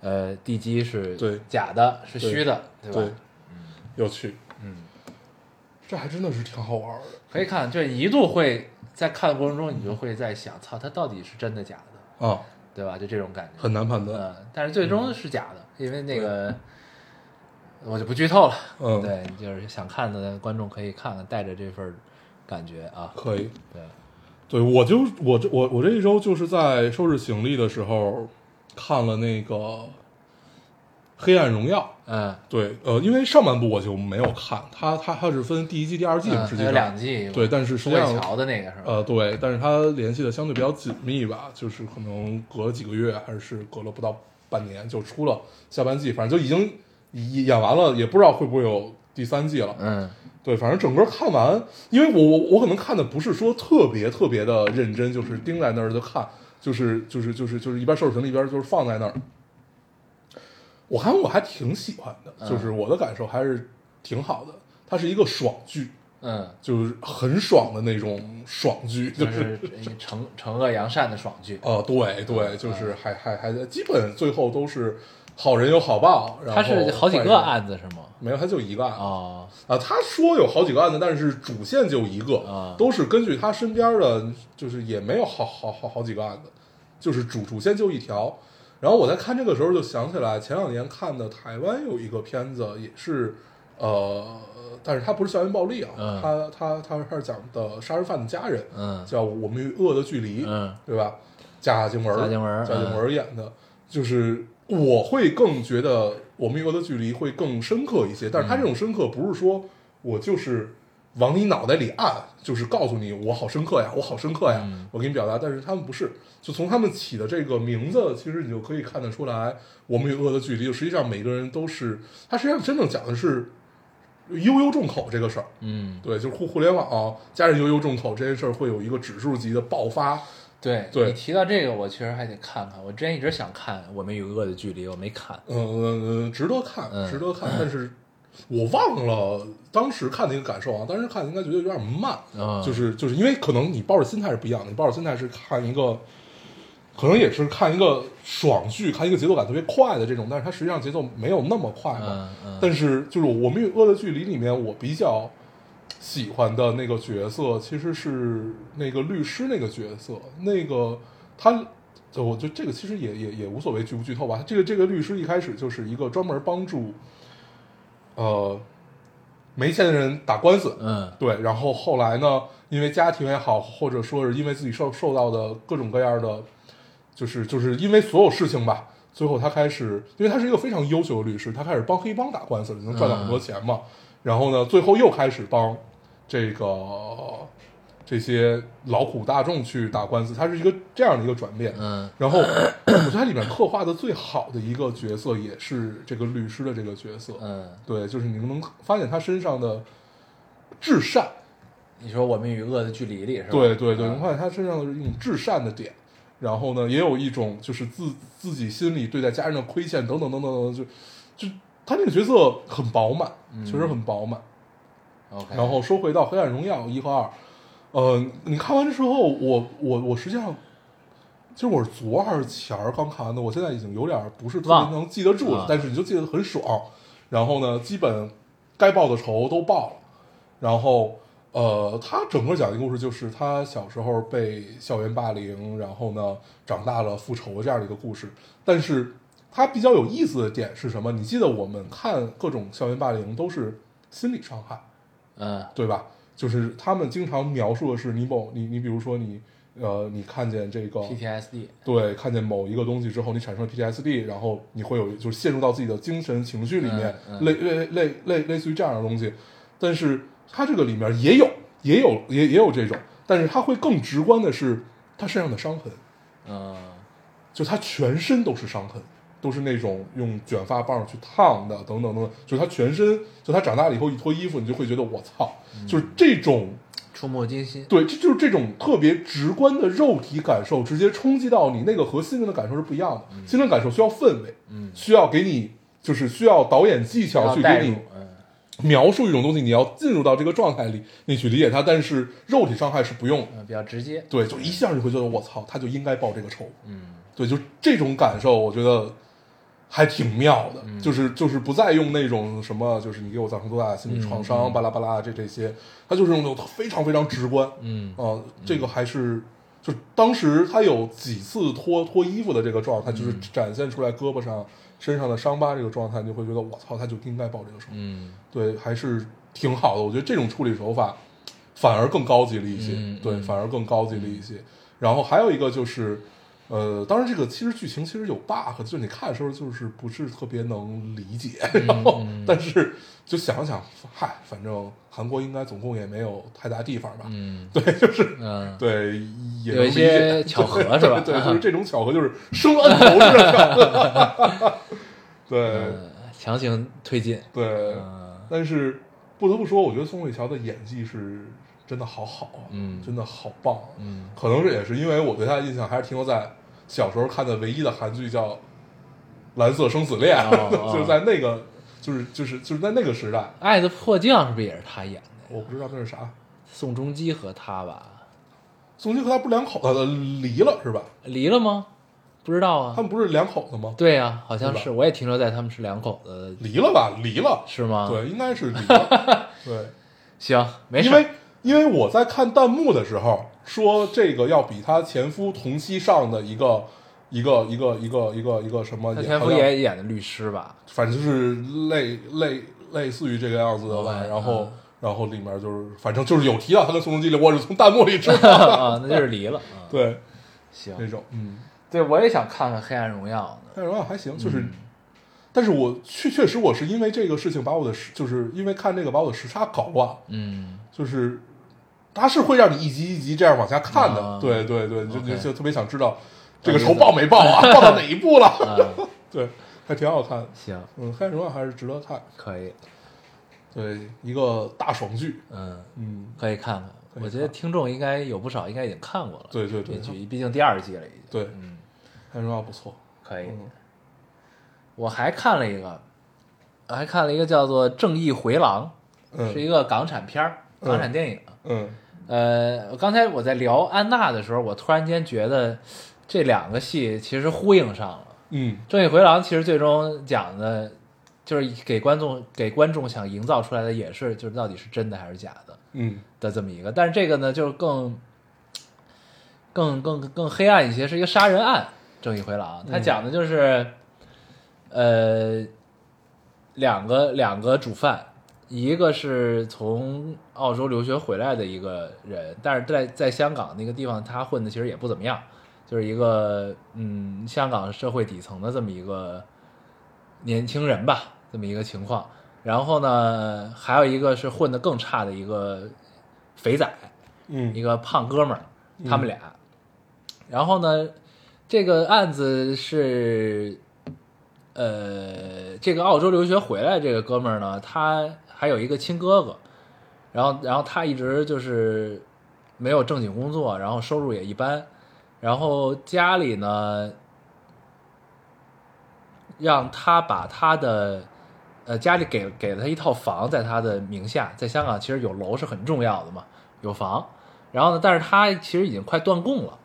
B: 呃地基是
C: 对
B: 假的，是虚的，对吧？
C: 对，有趣，嗯，这还真的是挺好玩儿
B: 可以看，就是一度会在看的过程中，你就会在想，操，它到底是真的假的，
C: 的啊，
B: 对吧？就这种感觉，
C: 很难判断，
B: 呃，但是最终是假的，因为那个我就不剧透了。
C: 嗯，，
B: 对，就是想看的观众可以看看，带着这份感觉啊。
C: 可以，
B: 对，
C: 对我就我这我我这一周就是在收拾行李的时候看了那个《黑暗荣耀》，
B: 嗯，
C: 对，呃，因为上半部我就没有看，它它它是分第一季、第二季嘛，
B: 嗯
C: 实
B: 还
C: 际
B: 有
C: 上
B: 两季，
C: 对但是实
B: 宋
C: 际
B: 慧
C: 上
B: 乔的那个是吧？
C: 呃，对，但是它联系的相对比较紧密吧，就是可能隔了几个月，还是隔了不到半年就出了下半季，反正就已经演演完了，也不知道会不会有第三季了。
B: 嗯
C: 对，反正整个看完，因为我我我可能看的不是说特别特别的认真，就是盯在那儿就看，就是就是就是就是一边收拾行李一边就是放在那儿。我还我还挺喜欢的，就是
B: 嗯
C: 我的感受还是挺好的。它是一个爽剧，
B: 嗯，
C: 就是很爽的那种爽剧，就
B: 就是是惩惩恶扬善的爽剧。
C: 哦，对对，就是还还还基本最后都是好人有好报，然后
B: 它是好几
C: 坏
B: 个
C: 人
B: 案子是吗？
C: 没有，他就一个案子
B: 哦，
C: 啊。他说有好几个案子，但是主线就一个，
B: 啊
C: 都是根据他身边的，就是也没有好好好好几个案子，就是主主线就一条。然后我在看这个时候就想起来，前两年看的台湾有一个片子，也是呃，但是它不是校园暴力啊，
B: 嗯
C: 它它它它是讲的杀人犯的家人，
B: 嗯
C: 叫《我们与恶的距离》，
B: 嗯
C: 对吧？贾静雯儿，
B: 贾静雯儿嗯
C: 贾静雯儿演的，就是我会更觉得《我们与恶的距离》会更深刻一些，但是他
B: 嗯
C: 这种深刻不是说我就是往你脑袋里按，就是告诉你我好深刻呀，我好深刻呀，
B: 嗯
C: 我给你表达，但是他们不是，就从他们起的这个名字，其实你就可以看得出来，《我们与恶的距离》实际上每个人都是，他实际上真正讲的是悠悠众口这个事儿，
B: 嗯，
C: 对，就是互互联网、加上悠悠众口这件事儿会有一个指数级的爆发，
B: 对
C: 对
B: 你提到这个，我其实还得看看。我之前一直想看《我们与恶的距离》，我没看。
C: 嗯，值得看，
B: 嗯
C: 值得看，但是我忘了当时看的一个感受啊，当时看应该觉得有点慢，
B: 啊
C: 就是就是因为可能你抱着心态是不一样的，你抱着心态是看一个，可能也是看一个爽剧，看一个节奏感特别快的这种，但是它实际上节奏没有那么快嘛。
B: 嗯嗯
C: 但是就是《我们与恶的距离》里面，我比较喜欢的那个角色其实是那个律师那个角色，那个他，就我觉得这个其实也也也无所谓剧不剧透吧。这个这个律师一开始就是一个专门帮助，呃，没钱的人打官司，
B: 嗯
C: 对，然后后来呢，因为家庭也好，或者说是因为自己受受到的各种各样的，就是就是因为所有事情吧，最后他开始，因为他是一个非常优秀的律师，他开始帮黑帮打官司，能赚到很多钱嘛。然后呢，最后又开始帮这个这些劳苦大众去打官司，他是一个这样的一个转变。
B: 嗯
C: 然后 我觉得它里面刻画的最好的一个角色，也是这个律师的这个角色。
B: 嗯，
C: 对，就是你能发现他身上的至善，
B: 你说《我们与恶的距离》里是吧？
C: 对对对，能
B: 嗯
C: 发现他身上的一种至善的点，然后呢，也有一种就是自自己心里对待家人的亏欠等等等等等等，就就他这个角色很饱满，
B: 嗯
C: 确实很饱满。
B: OK，
C: 然后说回到《黑暗荣耀》一和二，呃，你看完之后，我我我实际上。其实我是昨还是前儿刚看完的，我现在已经有点不是特
B: 忘
C: 别
B: 了
C: 能记得住了
B: 啊，
C: 但是你就记得很爽。然后呢，基本该报的仇都报了，然后呃，他整个讲的故事就是他小时候被校园霸凌，然后呢长大了复仇这样的一个故事。但是他比较有意思的点是什么？你记得我们看各种校园霸凌都是心理伤害，
B: 嗯
C: 对吧？就是他们经常描述的是你某你你比如说你呃你看见这个
B: ，PTSD，
C: 对，看见某一个东西之后，你产生了 PTSD，然后你会有就是陷入到自己的精神情绪里面，
B: 嗯嗯
C: 类类类类类似于这样的东西。但是它这个里面也有也有也也有这种，但是它会更直观的是他身上的伤痕，
B: 嗯
C: 就他全身都是伤痕，都是那种用卷发棒去烫的，等等等等，就是他全身，就他长大了以后一脱衣服，你就会觉得我操，就是
B: 嗯
C: 这种
B: 触目惊心。
C: 对，这就是这种特别直观的肉体感受，直接冲击到你那个和心灵的感受是不一样的。心灵感受需要氛围，
B: 嗯
C: 需要给你就是需要导演技巧
B: 要
C: 去
B: 带
C: 给
B: 入
C: 你，
B: 嗯
C: 描述一种东西，你要进入到这个状态里，你去理解它。但是肉体伤害是不用的，
B: 嗯，比较直接。
C: 对，就一下你会觉得我操，他就应该报这个仇。
B: 嗯
C: 对，就这种感受，我觉得还挺妙的，
B: 嗯
C: 就是就是不再用那种什么，就是你给我造成多大的心理创伤，
B: 嗯
C: 巴拉巴拉这这些，他就是用那种非常非常直观，
B: 嗯
C: 啊，这个还是就当时他有几次脱脱衣服的这个状态，
B: 嗯
C: 就是展现出来胳膊上、身上的伤疤这个状态，你就会觉得我操，他就应该报这个仇，
B: 嗯
C: 对，还是挺好的。我觉得这种处理手法反而更高级了一些，
B: 嗯
C: 对，
B: 嗯
C: 反而更高级了一些。然后还有一个就是，呃，当然这个其实剧情其实有 bug，就是你看的时候就是不是特别能理解，
B: 嗯
C: 然后、但是就想想，嗨，反正韩国应该总共也没有太大地方吧，
B: 嗯
C: 对，就是。
B: 嗯，
C: 对，也
B: 有一
C: 能理解
B: 些巧合是吧啊
C: 对，对就是这种巧合，就是生按头似的巧合。 对
B: 嗯强行推进。
C: 对，
B: 嗯
C: 但是不得不说，我觉得宋慧乔的演技是真的好好啊，
B: 嗯
C: 真的好棒啊。
B: 嗯
C: 可能这也是因为我对她的印象还是停留在小时候看的唯一的韩剧叫《蓝色生死恋》
B: 哦哦
C: 就是在那个，就是就是就是在那个时代，
B: 爱的迫降是不是也是他演的？
C: 我不知道那是啥。
B: 宋仲基和他吧，
C: 宋茜和他不是两口子离了是吧？
B: 离了吗？不知道啊。
C: 他们不是两口子吗？
B: 对啊，好像
C: 对吧
B: 是，我也停留在他们是两口子，
C: 离了吧，离了，
B: 是吗？，
C: 对，应该是离 了，对，
B: 行，啊没事
C: 因
B: 儿。
C: 为因为我在看弹幕的时候说这个要比她前夫同期上的一个一个一个一个一个一个什么，
B: 他前夫
C: 好像
B: 也演的律师吧？
C: 反正就是类类类似于这个样子的吧，
B: 嗯
C: 然后
B: 嗯
C: 然后里面就是反正就是有提到他跟宋仲基里，我是从弹幕里知 道的，
B: 啊，那就是离了。啊
C: 对，那
B: 行，
C: 种嗯，
B: 对我也想看看《黑暗荣耀》呢。
C: 但是啊吧还行，就是。
B: 嗯
C: 但是我确确实我是因为这个事情把我的时，就是因为看这个把我的时差搞乱，
B: 嗯，
C: 就是它是会让你一集一集这样往下看的，
B: 啊
C: 对对对，就就
B: OK
C: 就特别想知道这个仇报没报 啊，报到哪一步了？
B: 啊，
C: 对，还挺好看的，
B: 行，
C: 嗯，《黑暗荣耀》还是值得看，
B: 可以，
C: 对，一个大爽剧，
B: 嗯，
C: 嗯，
B: 可以看看。
C: 可以
B: 我觉得听众应该有不少，应该已经看过了。
C: 对对对
B: 这剧毕竟第二季了，已经。
C: 对，《
B: 嗯，
C: 黑暗荣耀》不错，
B: 可以。
C: 嗯
B: 我还看了一个，我还看了一个叫做《正义回廊》，是一
C: 嗯
B: 个港产片儿，
C: 嗯
B: 港产电影。
C: 嗯
B: 呃，刚才我在聊安娜的时候，我突然间觉得这两个戏其实呼应上了。
C: 嗯
B: 《正义回廊》其实最终讲的，就是给观众给观众想营造出来的，也是就是到底是真的还是假的
C: 嗯
B: 的这么一个。但是这个呢，就是更更更更黑暗一些，是一个杀人案。《正义回廊》它讲的就是，呃，两个两个主犯，一个是从澳洲留学回来的一个人，但是在在香港那个地方，他混的其实也不怎么样，就是一个嗯，香港社会底层的这么一个年轻人吧，这么一个情况。然后呢，还有一个是混得更差的一个肥仔，一
C: 嗯
B: 个胖哥们儿，他们俩。然后呢，这个案子是，呃，这个澳洲留学回来这个哥们儿呢，他还有一个亲哥哥，然后然后他一直就是没有正经工作，然后收入也一般，然后家里呢让他把他的。呃，家里给给了他一套房，在他的名下，在香港其实有楼是很重要的嘛，有房。然后呢，但是他其实已经快断供了，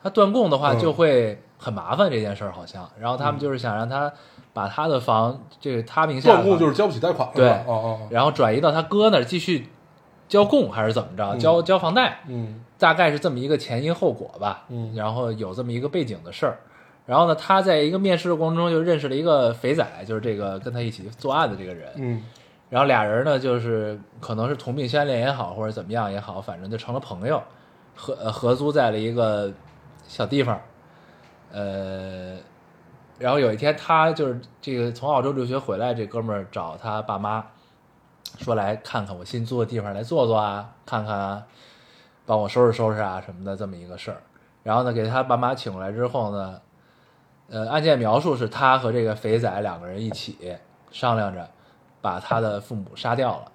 B: 他断供的话
C: 嗯
B: 就会很麻烦这件事儿好像。然后他们就是想让他把他的房，这个他名下的
C: 断供
B: 房
C: 就是交不起贷款了，
B: 对
C: 吧哦哦，哦
B: 然后转移到他哥那儿继续交供还是怎么着？
C: 嗯
B: 交交房贷，
C: 嗯
B: 大概是这么一个前因后果吧。
C: 嗯
B: 然后有这么一个背景的事儿。然后呢，他在一个面试的过程中就认识了一个肥仔，就是这个跟他一起作案的这个人。
C: 嗯
B: 然后俩人呢，就是可能是同病相怜也好，或者怎么样也好，反正就成了朋友，合呃合租在了一个小地方，呃，然后有一天他就是这个从澳洲留学回来，这哥们儿找他爸妈说来看看我新租的地方来坐坐啊，看看啊，帮我收拾收拾啊什么的这么一个事儿。然后呢，给他爸妈请过来之后呢，呃，案件描述是他和这个肥仔两个人一起商量着把他的父母杀掉了。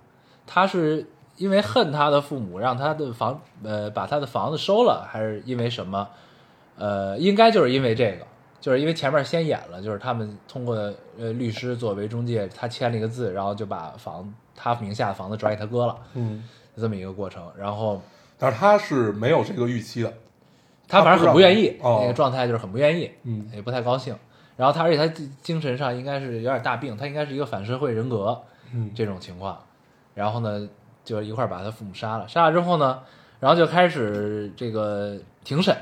B: 他是因为恨他的父母，让他的房呃把他的房子收了，还是因为什么？呃，应该就是因为这个，就是因为前面先演了，就是他们通过呃律师作为中介，他签了一个字，然后就把房他名下的房子转给他哥了，
C: 嗯，
B: 这么一个过程。然后
C: 但是他是没有这个预期的，
B: 他反正很不愿意，
C: 他不让哦
B: 那个状态就是很不愿意，
C: 嗯
B: 也不太高兴。然后他而且他精精神上应该是有点大病，他应该是一个反社会人格
C: 嗯
B: 这种情况。然后呢，就一块儿把他父母杀了。杀了之后呢，然后就开始这个庭审，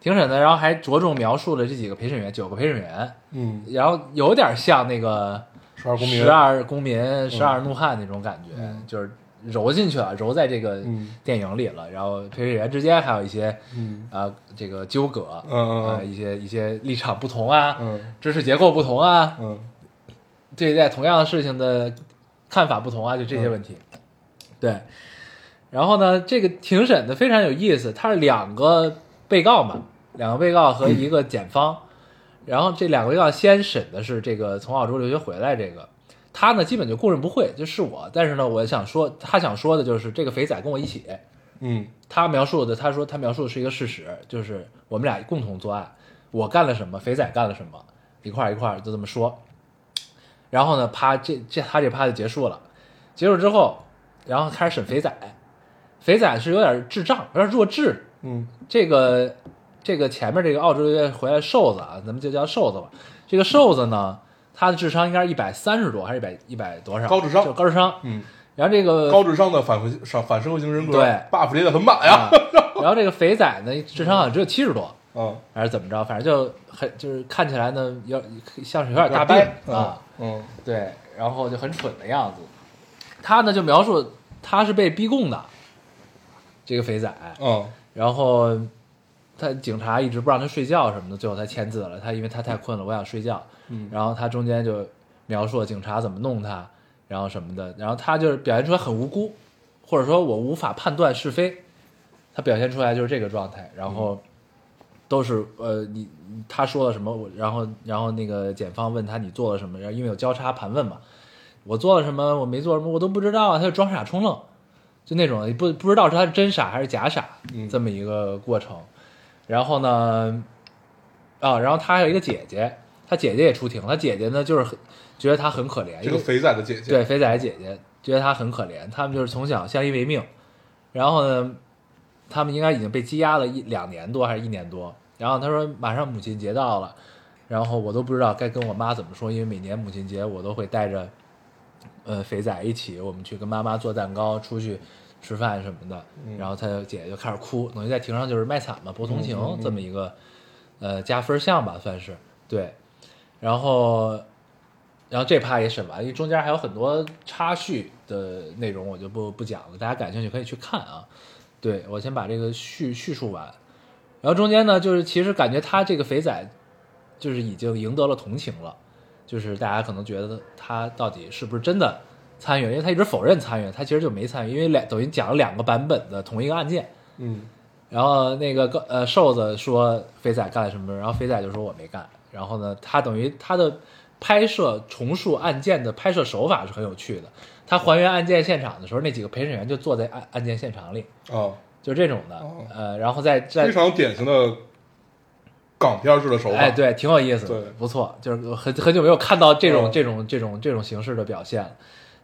B: 庭审呢，然后还着重描述了这几个陪审员，九个陪审员，
C: 嗯，
B: 然后有点像那个
C: 十二公嗯民，
B: 十二公民、十二怒汉那种感觉，就是揉进去了，揉在这个
C: 嗯
B: 电影里了。然后陪审员之间还有一些
C: 嗯
B: 啊、这个纠葛，
C: 嗯
B: 啊、一些一些立场不同啊，
C: 嗯
B: 知识结构不同啊，
C: 嗯
B: 对待同样的事情的看法不同啊，就这些问题。对，然后呢，这个庭审呢非常有意思，它是两个被告嘛，两个被告和一个检方，然后这两个被告先审的是这个从澳洲留学回来这个。他呢，基本就供认不讳，就是我。但是呢，我想说，他想说的就是这个肥仔跟我一起，
C: 嗯
B: 他描述的，他说他描述的是一个事实，就是我们俩共同作案，我干了什么，肥仔干了什么，一块儿一块儿就这么说。然后呢，啪，这这他这趴就结束了，结束之后，然后开始审肥仔，肥仔是有点智障，有点弱智，
C: 嗯
B: 这个这个前面这个澳洲留学回来瘦子啊，咱们就叫瘦子吧。这个瘦子呢，他的智商应该是一百三十多，还是一百一百多少？
C: 高智商
B: 就高智商。
C: 嗯，
B: 然后这个
C: 高智商的反回上反社会型人格，
B: 对
C: ，buff 也得很满呀
B: 啊，然后这个肥仔呢，智商好像只有七十多，
C: 啊，
B: 还是怎么着？反正就很就是看起来呢，有像是有
C: 有
B: 点大病啊
C: 啊，，嗯，
B: 对，然后就很蠢的样子。他呢就描述他是被逼供的，这个肥仔，
C: 嗯，
B: 然后他警察一直不让他睡觉什么的，最后他签字了。他因为他太困了，我想睡觉。
C: 嗯
B: 然后他中间就描述警察怎么弄他，然后什么的，然后他就是表现出来很无辜，或者说我无法判断是非，他表现出来就是这个状态。然后都是呃，你你他说了什么，我然后然后那个检方问他你做了什么，然后因为有交叉盘问嘛，我做了什么，我没做什么，我都不知道啊，他就装傻充愣。就那种不不知道是他是真傻还是假傻
C: 嗯
B: 这么一个过程。然后呢，啊，然后他还有一个姐姐，他姐姐也出庭，他姐姐呢就是很觉得他很可怜，
C: 这
B: 因
C: 个
B: 为
C: 肥仔的姐姐，
B: 对肥仔的姐姐觉得他很可怜，他们就是从小相依为命。然后呢，他们应该已经被羁押了一两年多还是一年多。然后他说马上母亲节到了，然后我都不知道该跟我妈怎么说，因为每年母亲节我都会带着呃肥仔一起，我们去跟妈妈做蛋糕，出去吃饭什么的。
C: 嗯
B: 然后他姐姐就开始哭，等于在庭上就是卖惨嘛，博同情、
C: 嗯
B: 这么一个呃加分项吧，算是对。然后然后这趴也审完，因为中间还有很多插叙的内容，我就不不讲了，大家感兴趣可以去看啊。对我先把这个叙叙述完，然后中间呢，就是其实感觉他这个肥仔就是已经赢得了同情了，就是大家可能觉得他到底是不是真的参与，因为他一直否认参与，他其实就没参与，因为两等于讲了两个版本的同一个案件，
C: 嗯，
B: 然后那个高呃瘦子说肥仔干了什么，然后肥仔就说我没干。然后呢，他等于他的拍摄重述案件的拍摄手法是很有趣的。他还原案件现场的时候，那几个陪审员就坐在案案件现场里，
C: 啊，
B: 就这种的。
C: 哦
B: 呃，然后再再
C: 非常典型的港片式的手法，
B: 哎，对，挺有意思的，
C: 对
B: 不错，就是很很久没有看到这种、
C: 嗯
B: 这种这种这种形式的表现了。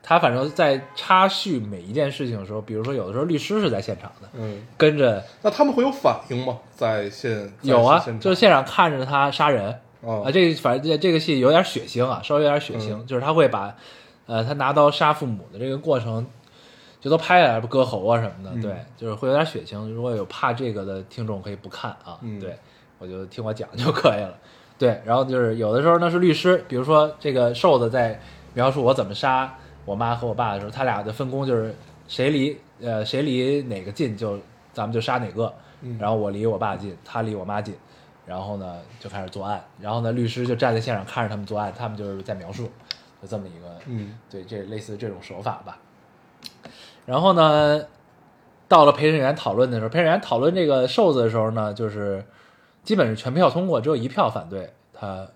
B: 他反正在插叙每一件事情的时候，比如说有的时候律师是在现场的，
C: 嗯，
B: 跟着
C: 那他们会有反应吗？在现
B: 有啊，就是
C: 是
B: 现场看着他杀人，
C: 哦嗯
B: 啊，这反正这这个戏有点血腥啊，稍微有点血腥，就是他会把，呃，他拿刀杀父母的这个过程，就都拍下来，不割喉啊什么
C: 嗯
B: 的，对，就是会有点血腥。如果有怕这个的听众可以不看啊，
C: 嗯
B: 对我就听我讲就可以了。对，然后就是有的时候呢是律师，比如说这个瘦子在描述我怎么杀我妈和我爸的时候，他俩的分工就是谁离呃谁离哪个近就咱们就杀哪个，
C: 嗯
B: 然后我离我爸近，他离我妈近，然后呢就开始作案，然后呢律师就站在现场看着他们作案，他们就是在描述，就这么一个，
C: 嗯，
B: 对，这类似这种手法吧。然后呢，到了陪审员讨论的时候，陪审员讨论这个瘦子的时候呢，就是基本是全票通过，只有一票反对他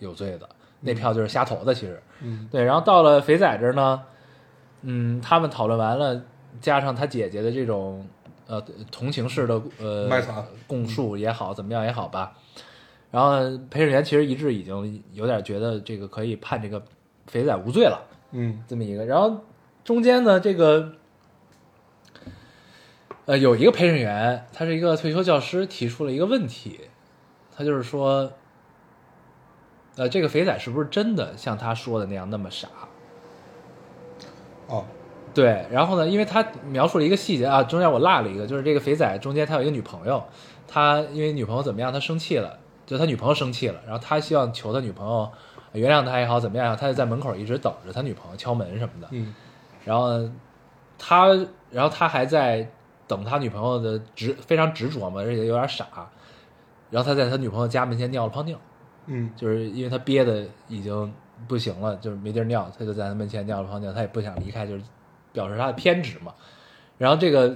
B: 有罪的，那票就是瞎投的。其实，
C: 嗯，
B: 对。然后到了肥仔这儿呢，嗯，他们讨论完了，加上他姐姐的这种呃同情式的呃
C: 卖惨
B: 供述也好，怎么样也好吧。然后陪审员其实一致已经有点觉得这个可以判这个肥仔无罪了，
C: 嗯，
B: 这么一个。然后中间呢，这个呃有一个陪审员，他是一个退休教师，提出了一个问题，他就是说，呃，这个肥仔是不是真的像他说的那样那么傻？
C: 哦，
B: 对，然后呢，因为他描述了一个细节啊，中间我落了一个，就是这个肥仔中间他有一个女朋友，他因为女朋友怎么样，他生气了，就他女朋友生气了，然后他希望求他女朋友呃原谅他也好，怎么样也好，他就在门口一直等着他女朋友敲门什么的，
C: 嗯，
B: 然后呢他，然后他还在等他女朋友的执非常执着嘛，而且有点傻，然后他在他女朋友家门前尿了泡尿，
C: 嗯，
B: 就是因为他憋的已经不行了，就是没地儿尿，他就在他门前尿了泡尿，他也不想离开，就是表示他的偏执嘛。然后这个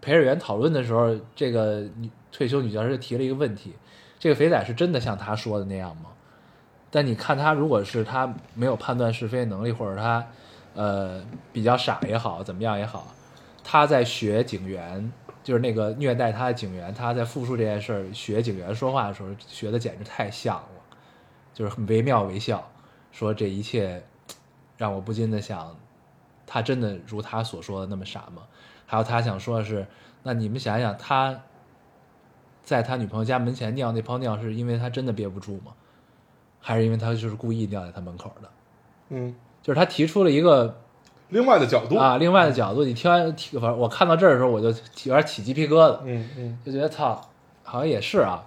B: 陪审员讨论的时候，这个女退休女教师就提了一个问题：这个肥仔是真的像他说的那样吗？但你看他，如果是他没有判断是非的能力，或者他呃比较傻也好，怎么样也好，他在学警员，就是那个虐待他的警员，他在复述这件事儿学警员说话的时候，学的简直太像了。就是很惟妙惟肖，说这一切让我不禁的想，他真的如他所说的那么傻吗？还有他想说的是，那你们想想，他在他女朋友家门前尿那泡尿，是因为他真的憋不住吗？还是因为他就是故意尿在他门口的？
C: 嗯，
B: 就是他提出了一个
C: 另外的角度，
B: 啊，另外的角度，你听完，听反正我看到这儿的时候，我就起有点起鸡皮疙瘩，
C: 嗯嗯
B: 就觉得操，好像也是啊。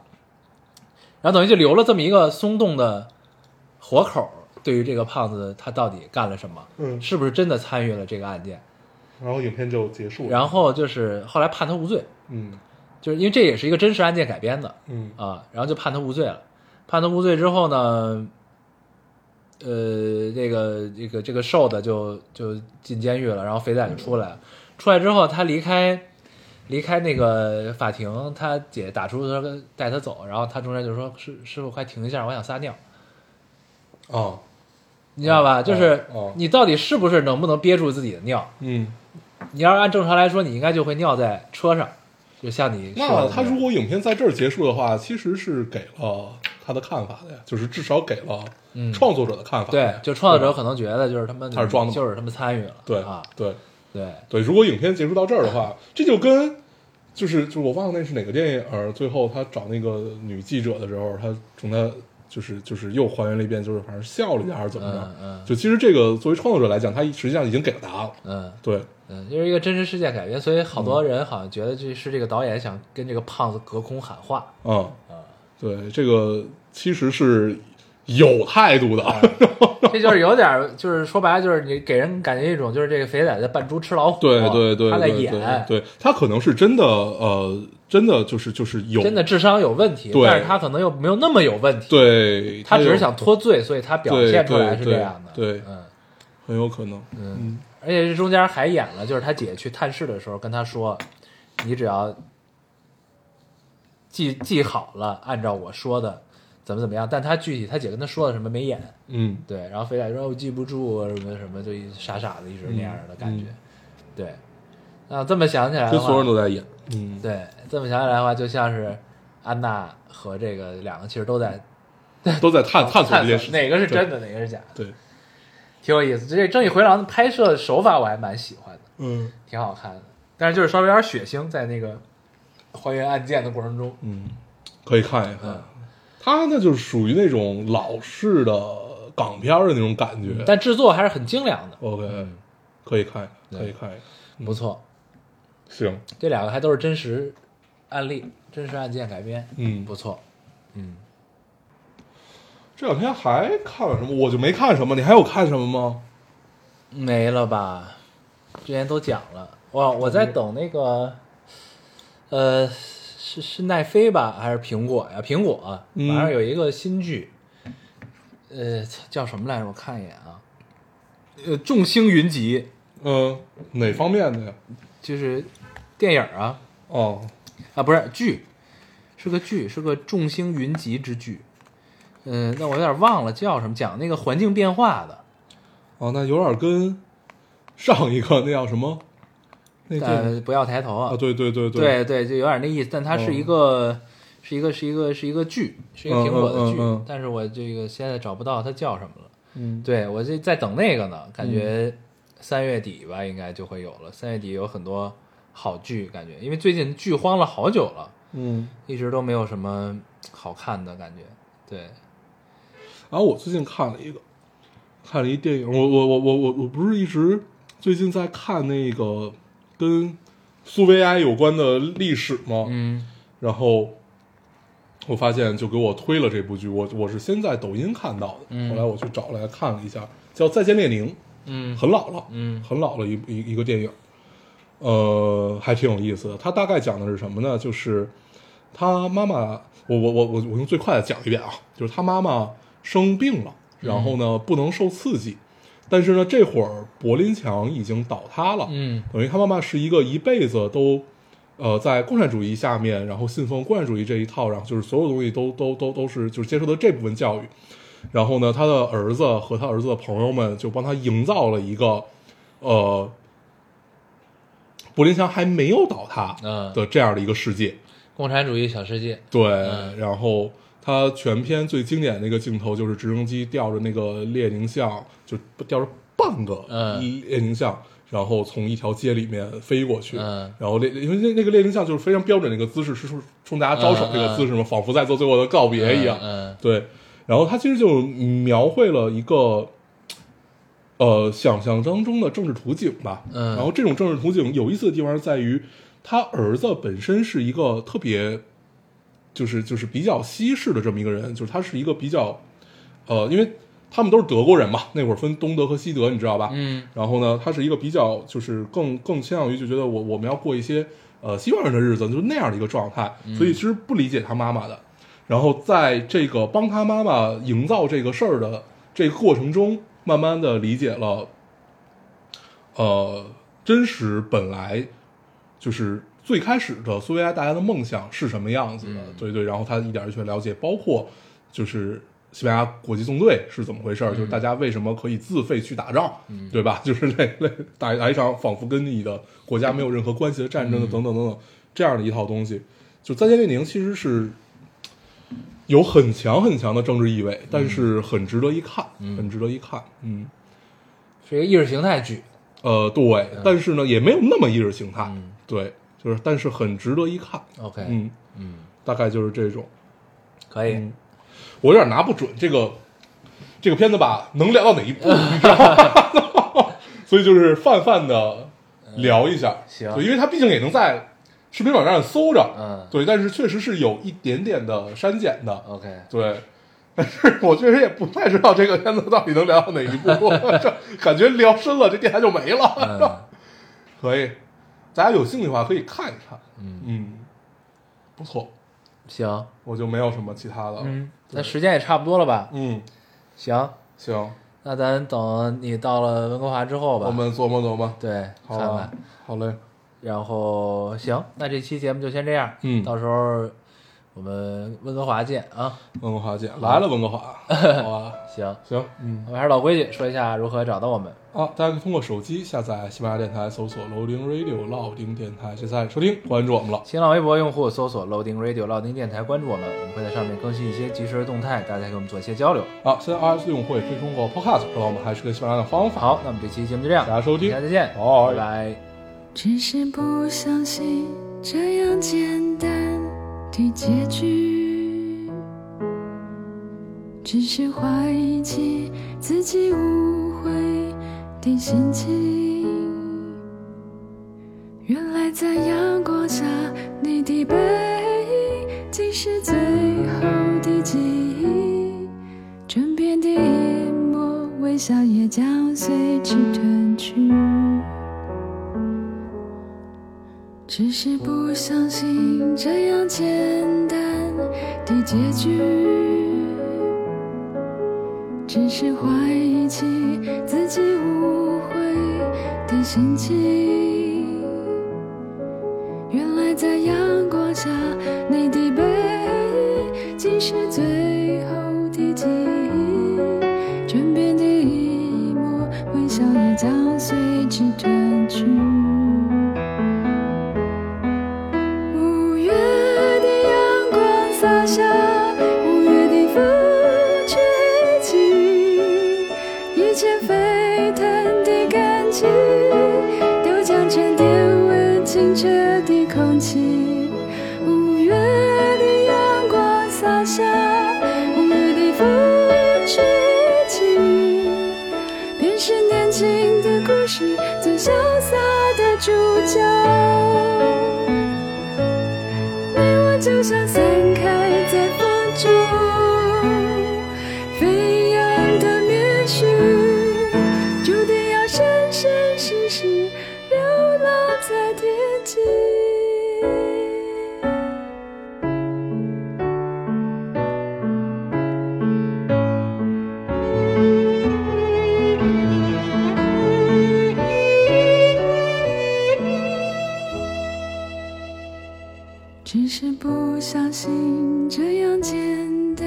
B: 然后等于就留了这么一个松动的活口儿，对于这个胖子他到底干了什么，
C: 嗯，
B: 是不是真的参与了这个案件？
C: 然后影片就结束了，
B: 然后就是后来判他无罪，
C: 嗯
B: 就是因为这也是一个真实案件改编的
C: 嗯
B: 啊，然后就判他无罪了。判他无罪之后呢，呃，这个这个这个瘦的就就进监狱了，然后肥仔就出来了。出来之后，他离开离开那个法庭，他姐打出租车带他走，然后他中间就说：“师师傅，快停一下，我想撒尿。”
C: 啊
B: 你知道吧？就是
C: 哦
B: 你到底是不是能不能憋住自己的尿？
C: 嗯，
B: 你要是按正常来说，你应该就会尿在车上，就像你说的
C: 那
B: 样
C: 他如果影片在这儿结束的话，其实是给了他的看法的呀，就是至少给了
B: 嗯
C: 创作者的看法的
B: 对
C: 呀，，
B: 就创作者
C: 对吧
B: 可能觉得就是他们
C: 他是装的嘛
B: 就是他们参与了，啊，
C: 对对
B: 对，
C: 对，如果影片结束到这儿的话，这就跟就是就是我忘了那是哪个电影儿，最后他找那个女记者的时候，他从他就是就是又还原了一遍，就是反正笑了一下还是怎么着。
B: 嗯嗯
C: 就其实这个作为创作者来讲，他实际上已经给了答案了。
B: 嗯
C: 对，
B: 嗯，就是一个真实事件改编，所以好
C: 嗯
B: 多人好像觉得这是这个导演想跟这个胖子隔空喊话，
C: 嗯，
B: 啊
C: 对，这个其实是有态度的。
B: 啊这就是有点儿就是说白了就是你给人感觉一种就是这个肥仔在扮猪吃老虎，
C: 对对对，
B: 他在
C: 对
B: 演，
C: 对对他可能是真的呃，真的就是就是有
B: 真的智商有问题，
C: 对
B: 但是他可能又没有那么有问题，
C: 对，
B: 他
C: 有
B: 只是想脱罪，所以他表现出来是这样的，
C: 对对对
B: 嗯。
C: 很有可能，
B: 嗯，而且这中间还演了，就是他姐去探视的时候跟他说：“你只要记记好了，按照我说的怎么怎么样。”但他具体他姐跟他说的什么没演，
C: 嗯
B: 对。然后肥仔说：“我记不住啊什么什么，就一傻傻的一直那样的感觉。嗯对，那这么想起来
C: 就
B: 的
C: 所有人
B: 话，
C: 都在演，嗯，
B: 对，这么想起来的话，就像是安娜和这个两个其实都在
C: 都在探探索
B: 探
C: 这件事
B: 索
C: 情，
B: 哪个是真的，哪个是假的，
C: 对，对，
B: 挺有意思。这《正义回廊》的拍摄手法我还蛮喜欢的。
C: 嗯
B: 挺好看的，但是就是稍微有点血腥，在那个还原案件的过程中，
C: 嗯，可以看一看
B: 嗯。
C: 他呢就是属于那种老式的港片儿的那种感觉。
B: 但制作还是很精良的，
C: OK，
B: 嗯，
C: 可以看一
B: 对
C: 看，可以看一看。
B: 不错。
C: 行，
B: 这两个还都是真实案例、真实案件改编，
C: 嗯
B: 不错，嗯，
C: 这两天还看了什么？我就没看什么，你还有看什么吗？
B: 没了吧？之前都讲了，哇，我在等那个，呃，是是奈飞吧，还是苹果呀？苹果啊
C: 嗯
B: 马上有一个新剧，呃，叫什么来着？我看一眼啊，呃，《众星云集》
C: 嗯，哪方面的呀？
B: 就是电影儿啊，
C: 哦，
B: 啊，不是剧，是个剧，是个众星云集之剧。嗯，那我有点忘了叫什么，讲那个环境变化的，
C: 哦，那有点跟上一个那叫什么？那个
B: 呃，不要抬头啊，
C: 啊，对对对哦
B: 对对，就有点那意思。但它是一个，是一个，是一个，是一个剧，是一个
C: 嗯
B: 苹果的剧，
C: 嗯嗯嗯
B: 但是我这个现在找不到它叫什么了。
C: 嗯，
B: 对我这在等那个呢，感觉三月底吧，应该就会有了。三月底有很多好剧，感觉因为最近剧荒了好久了，
C: 嗯。
B: 一直都没有什么好看的感觉。对，
C: 然后我最近看了一个，看了一电影，我我我我我我不是一直最近在看那个跟苏维埃有关的历史吗？
B: 嗯，
C: 然后我发现就给我推了这部剧，我我是先在抖音看到的，
B: 嗯
C: 后来我去找来看了一下，叫《再见列宁》，
B: 嗯
C: 很老了，
B: 嗯
C: 很老了一一一个电影，呃，还挺有意思的。它大概讲的是什么呢？就是他妈妈，我我我我我用最快的讲一遍啊，就是他妈妈生病了，
B: 嗯
C: 然后呢不能受刺激，但是呢这会儿柏林墙已经倒塌了，
B: 嗯
C: 等于他妈妈是一个一辈子都。呃，在共产主义下面，然后信奉共产主义这一套，然后就是所有东西都都都都是就是接受的这部分教育，然后呢，他的儿子和他儿子的朋友们就帮他营造了一个，呃，柏林墙还没有倒塌
B: 嗯
C: 的这样的一个世界。
B: 共产主义小世界，
C: 对，
B: 嗯
C: 然后他全片最经典的那个镜头就是直升机吊着那个列宁像，就吊着半个
B: 嗯
C: 列宁像，然后从一条街里面飞过去，
B: 嗯
C: 然后列因为那那个列宁像就是非常标准的一个姿势，是冲冲大家招手这个姿势嘛，仿佛在做最后的告别一样，
B: 嗯，嗯
C: 对，然后他其实就描绘了一个，呃，想象当中的政治图景吧。
B: 嗯
C: 然后这种政治图景有意思的地方在于，他儿子本身是一个特别，就是就是比较西式的这么一个人，就是他是一个比较，呃，因为他们都是德国人嘛，那会儿分东德和西德，你知道吧？
B: 嗯
C: 然后呢，他是一个比较就是更更倾向于就觉得我我们要过一些呃西方人的日子，就是那样的一个状态，所以其实不理解他妈妈的。然后在这个帮他妈妈营造这个事儿的这个过程中，慢慢的理解了，呃，真实本来就是最开始的苏维埃大家的梦想是什么样子的，对对。然后他一点儿一点儿去了解，包括就是西班牙国际纵队是怎么回事儿，就是大家为什么可以自费去打仗，对吧？ 就是类类打打一场仿佛跟你的国家没有任何关系的战争的等等等等这样的一套东西。就《再见列宁》其实是有很强很强的政治意味，但是很值得一看，很值得一看。嗯，
B: 是一个意识形态剧，
C: 呃，对，但是呢，也没有那么意识形态，对，就是但是很值得一看。
B: 啊 OK
C: 嗯嗯，大概就是这种。
B: 可以，
C: 嗯我有点拿不准这个这个片子吧，能聊到哪一步，你知道吗？ 所以就是泛泛的聊一下，
B: 嗯行
C: 对因为它毕竟也能在视频网站上搜着，
B: 嗯
C: 对，但是确实是有一点点的删减的，
B: ，OK，
C: 对。但是我确实也不太知道这个片子到底能聊到哪一步， 这感觉聊深了，这电台就没了。
B: 嗯，
C: 可以，大家有兴趣的话可以看一看。嗯不错，
B: 行，
C: 我就没有什么其他的。
B: 嗯，那时间也差不多了吧？
C: 嗯，
B: 行，
C: 行，
B: 那咱等你到了温哥华之后吧，
C: 我们琢磨琢磨。
B: 对
C: 好
B: 看
C: 啊
B: 看，
C: 好嘞，
B: 然后行，那这期节目就先这样，
C: 嗯
B: 到时候我们温哥华见啊，
C: 温哥华姐来了，温哥华， 好吧，
B: 行，
C: 行，嗯
B: 我们还是老规矩，说一下如何找到我们，
C: 啊，大家可以通过手机下载喜马拉雅电台，搜索 Loading Radio 老丁电台，现在收听，关注我们了。
B: 新浪微博用户搜索 Loading Radio 老丁电台，关注我们，我们会在上面更新一些即时的动态，大家可以跟我们做一些交流。
C: 啊，现在 iOS 用户也可以通过 Podcast 找到我们，还是跟喜马拉雅的方法。
B: 好，那么这期节目就这样，
C: 大家收听
B: 大家再见，
C: 好
B: 拜拜。
D: 只是不相信这样简单的结局，只是怀疑起自己误会的心情。原来在阳光下，你的背影竟是最后的记忆，枕边的一抹微笑也将随之褪去。只是不相信这样简单的结局，只是怀疑起自己误会的心情。原来在阳光下，你的背影竟是最后的记忆，枕边的一抹微笑也将随之褪去。五月的阳光洒下，五月的风吹起，以前沸腾的感情都将沉淀为清澈的空气。五月的阳光洒下，五月的风吹起。便是年轻的故事最潇洒的主角。你我就像散开在风中飞扬的棉絮，注定要生生世世流浪在天际。只是不相信这样简单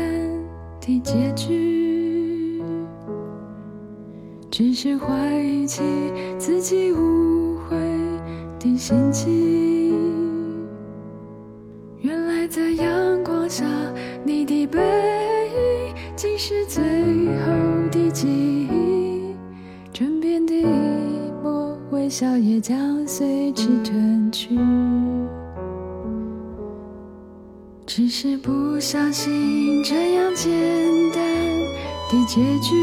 D: 的结局，只是怀疑起自己误会的心情。原来在阳光下，你的背影竟是最后的记忆，枕边的一抹微笑。笑也将随之褪去。只是不相信这样简单的结局，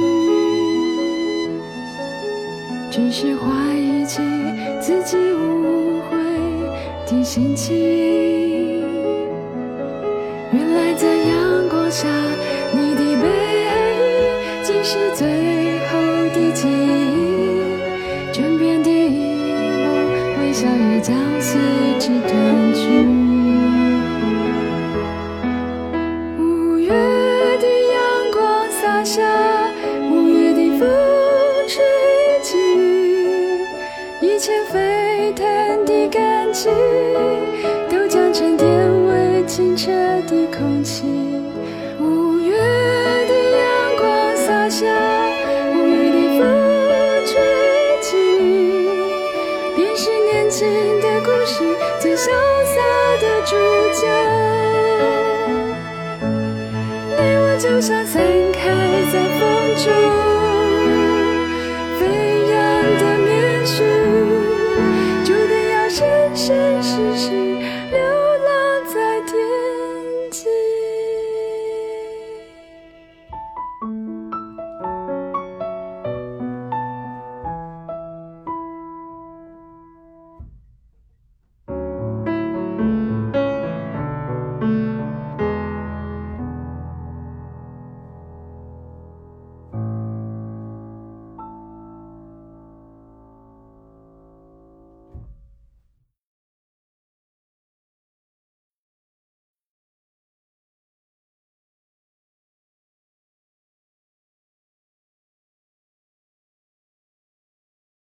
D: 只是怀疑起自己误会的心情。原来在阳光下，你的背影竟是最后的记忆，枕边的一幕，微笑也将随之褪去。五月的阳光洒下，五月的风吹起，以前沸腾的感情，都将沉淀为清澈的空气。五月的阳光洒下，五月的风吹起。便是年轻的故事最潇洒的主角。你我就像散开在风中。